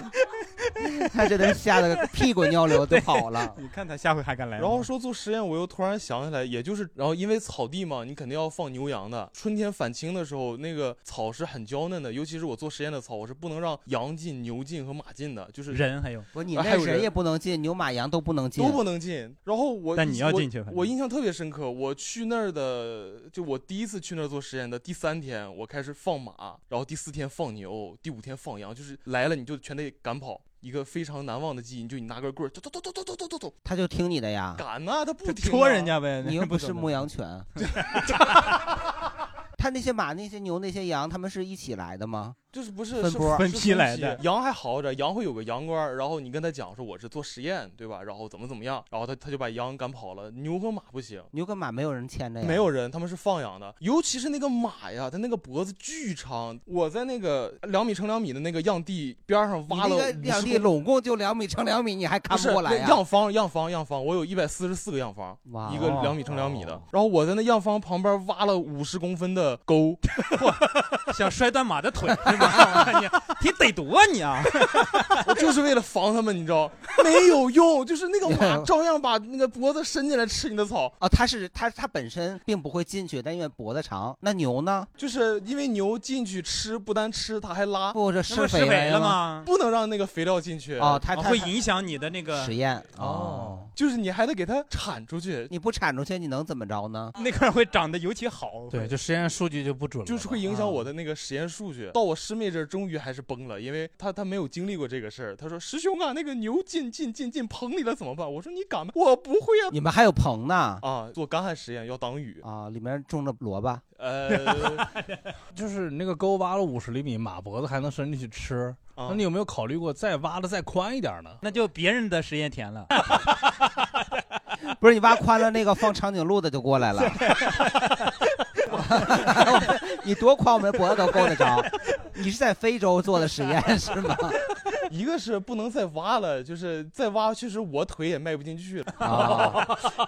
他真的吓得屁滚尿流就 跑了。
你看他下回还敢来吗？
然后说做实验，我又突然想起来，也就是，然后因为草地嘛，你肯定要放牛羊的。春天返青的时候，那个草是很娇嫩的，尤其是我做实验的草，我是不能让羊进、牛进和马进的，就是
人还有
不，你
啊
那
还有
人也不能进，牛马羊都不能进，
都不能进。然 后我
但你要
我
进去反正
我印象特别深刻。我去那儿的，就我第一次去那儿做实验的第三天，我开始放马，然后第四天放牛，第五天放羊，就是来了你就全得赶跑。一个非常难忘的记忆，你就你拿根棍儿，走走走走走走走走走，
他就听你的呀，
赶呐、他不听、啊、
戳人家呗
你又
不
不
懂
是
得
牧羊犬。他那些马、那些牛、那些羊，他们是一起来的吗？
就是不是
分
是
拨
是
分批来
批
的
羊还好点，羊会有个羊倌儿，然后你跟他讲说我是做实验，对吧？然后怎么怎么样，然后他他就把羊赶跑了。牛和马不行，
牛跟马没有人牵着呀，
没有人，他们是放养的，尤其是那个马呀，它那个脖子巨长。我在那个两米乘两米的那个样地边儿上
你那
挖了
个
50
两地
公
拢共就两米乘两米，你还看
不是
过来啊
那
呀？
样方样方样方，我有一百四十四个样方，
哇哦
一个两米乘两米的。然后我在那样方旁边挖了五十公分的 沟，
想摔断马的腿 是吗？你你得多啊你啊！
我就是为了防他们，你知道，没有用，就是 那个马照样把那个脖子伸进来吃你的草。
啊，它是它它本身并不会进去，但因为脖子长。那牛呢？
就是因为牛进去吃，不单吃，它还拉。
不，这施肥来了吗
不能让那个肥料进去
哦它它
啊会影响你的 那个
实验
哦，就是你还得给它铲出去，
你不铲出去，你能怎么着呢？
那块会长得尤其好。
对，就实验数据就不准了。 啊
就是会影响我的那个实验数据。到我师妹这儿终于还是崩了，因为她她没有经历过这个事儿。她说：“师兄啊，那个牛进进进进棚里了怎么办？”我说：“你敢吗？我不会啊。”
你们还有棚呢
啊，做干旱实验要挡雨
啊，里面种着萝卜。
呃，
就是那个沟挖了五十厘米，马脖子还能伸进去吃，
啊
那你有没有考虑过再挖的再宽一点呢？
那就别人的实验田了。
不是你挖宽了，那个放长颈鹿的就过来 了。你多宽，我们脖子都够得着。 你是在非洲做的实 验是吗？
一个是不能再挖了，就是再挖，确实我腿也迈不进去了，
哦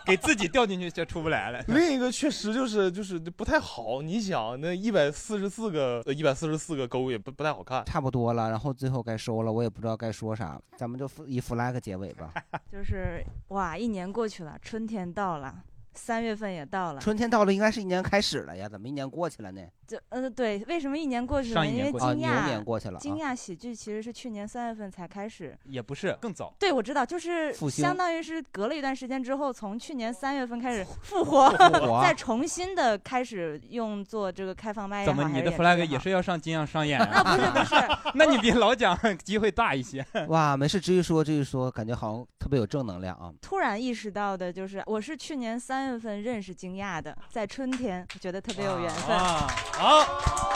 给自己掉进去就出不来了。
另一个确实就是就是不太好，你想那一百四十四个呃一百四十四个沟也不不太好看，
差不多了，然后最后该收了，我也不知道该说啥，咱们就 f- 以 flag 结尾 吧。
就是哇，一年过去了，春天到了，三月份也到了，
春天到了，应该是一年开始了呀，怎么一年过去了呢？
就嗯、对，为什么一年过去了？
上一
因
年
为
过去了
惊
啊
讶、
牛年过去了啊
惊讶喜剧其实是去年三月份才开始。
也不是更早，
对，我知道，就是
复兴
相当于是隔了一段时间之后，从去年三月份开始复活，
复活
再重新的开始用做这个开放麦也
怎
好
么
还
你
是
的
演
flag
出
也
好
是要上金像商演、啊？那不是不是， 那你比老蒋机会大一些。
哇，没事，至于说至于说，感觉好像特别有正能量啊。
突然意识到的就是，我是去年三月份认识惊讶的，在春天，我觉得特别有缘分。
啊，好。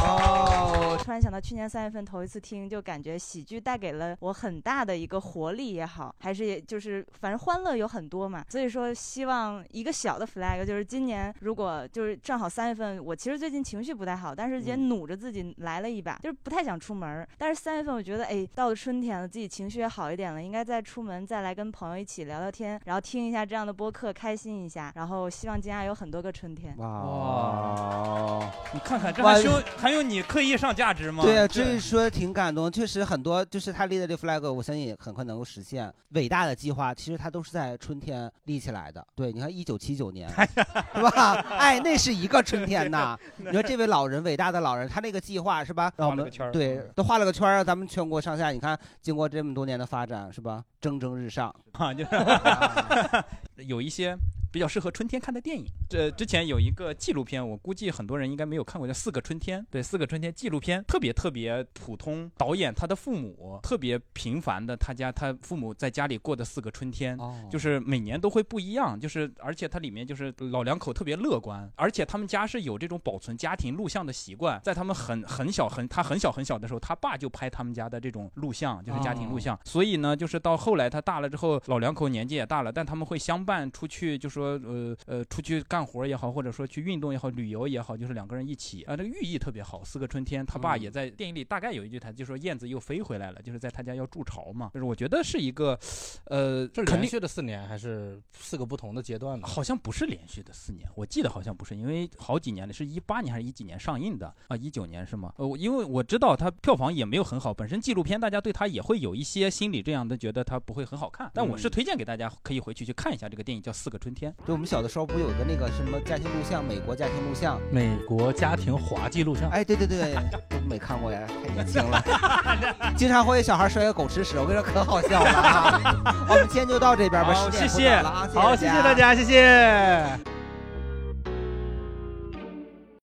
哦，突然想到去年三月份头一次听，就感觉喜剧带给了我很大的一个活力也好，还是也就是反正欢乐有很多嘛，所以说希望一个小的 flag 就是今年如果就是正好三月份，我其实最近情绪不太好，但是也努着自己来了一把，就是不太想出门儿，但是三月份我觉得哎，到了春天了，自己情绪也好一点了，应该再出门再来跟朋友一起聊聊天，然后听一下这样的播客，开心一下，然后希望今年有很多个春天。
哦
哇，
你看看这
哇
还用还用你刻意上价值吗？
对啊，至于说挺感动，确实很多就是他立的这 flag，我相信也很快能够实现。伟大的计划，其实它都是在春天立起来的。对，你看一九七九 年，是吧？哎，那是一个春天呐。你说这位老人，伟大的老人，他那个计划是吧？让我
画了
们
个圈儿嗯
对，都画了个圈儿啊。咱们全国上下，你看经过这么多年的发展，是吧？蒸蒸日上。
啊，就是 有一些比较适合春天看的电影。这之前有一个纪录片，我估计很多人应该没有看过，叫《四个春天》。对，《四个春天》纪录片特别特别普通，导演他的父母特别平凡的，他家他父母在家里过的四个春天，就是每年都会不一样。就是而且它里面就是老两口特别乐观，而且他们家是有这种保存家庭录像的习惯，在他们很很小很他很小很小的时候，他爸就拍他们家的这种录像，就是家庭录像。所以呢，就是到后来他大了之后，老两口年纪也大了，但他们会相伴出去，就说呃呃出去干活也好，或者说去运动也好，旅游也好，就是两个人一起啊、这个寓意特别好。四个春天，他爸
嗯
也在电影里大概有一句台词，就说燕子又飞回来了，就是在他家要筑巢嘛。就是我觉得是一个，呃，
是
肯
连
定
续的四年还是四个不同的阶段呢？
好像不是连续的四年，我记得好像不是，因为好几年了，是一八年还是一几年上映的啊？一九年是吗？呃，我因为我知道它票房也没有很好，本身纪录片大家对它也会有一些心理这样的，觉得它不会很好看。但我是
嗯
推荐给大家可以回去去看一下这个电影，叫《四个春天》。
对，我们小的时候不有个那个什么家庭录像，美国家庭录像。
美国家庭滑稽录像，
哎，对对 对，都没看过呀，太年轻了。经常会有小孩摔个狗吃屎，我跟你说可好 笑了啊！我们今天就到这边吧，十
好
点
谢
不
谢
早了啊，
好谢谢大家谢谢。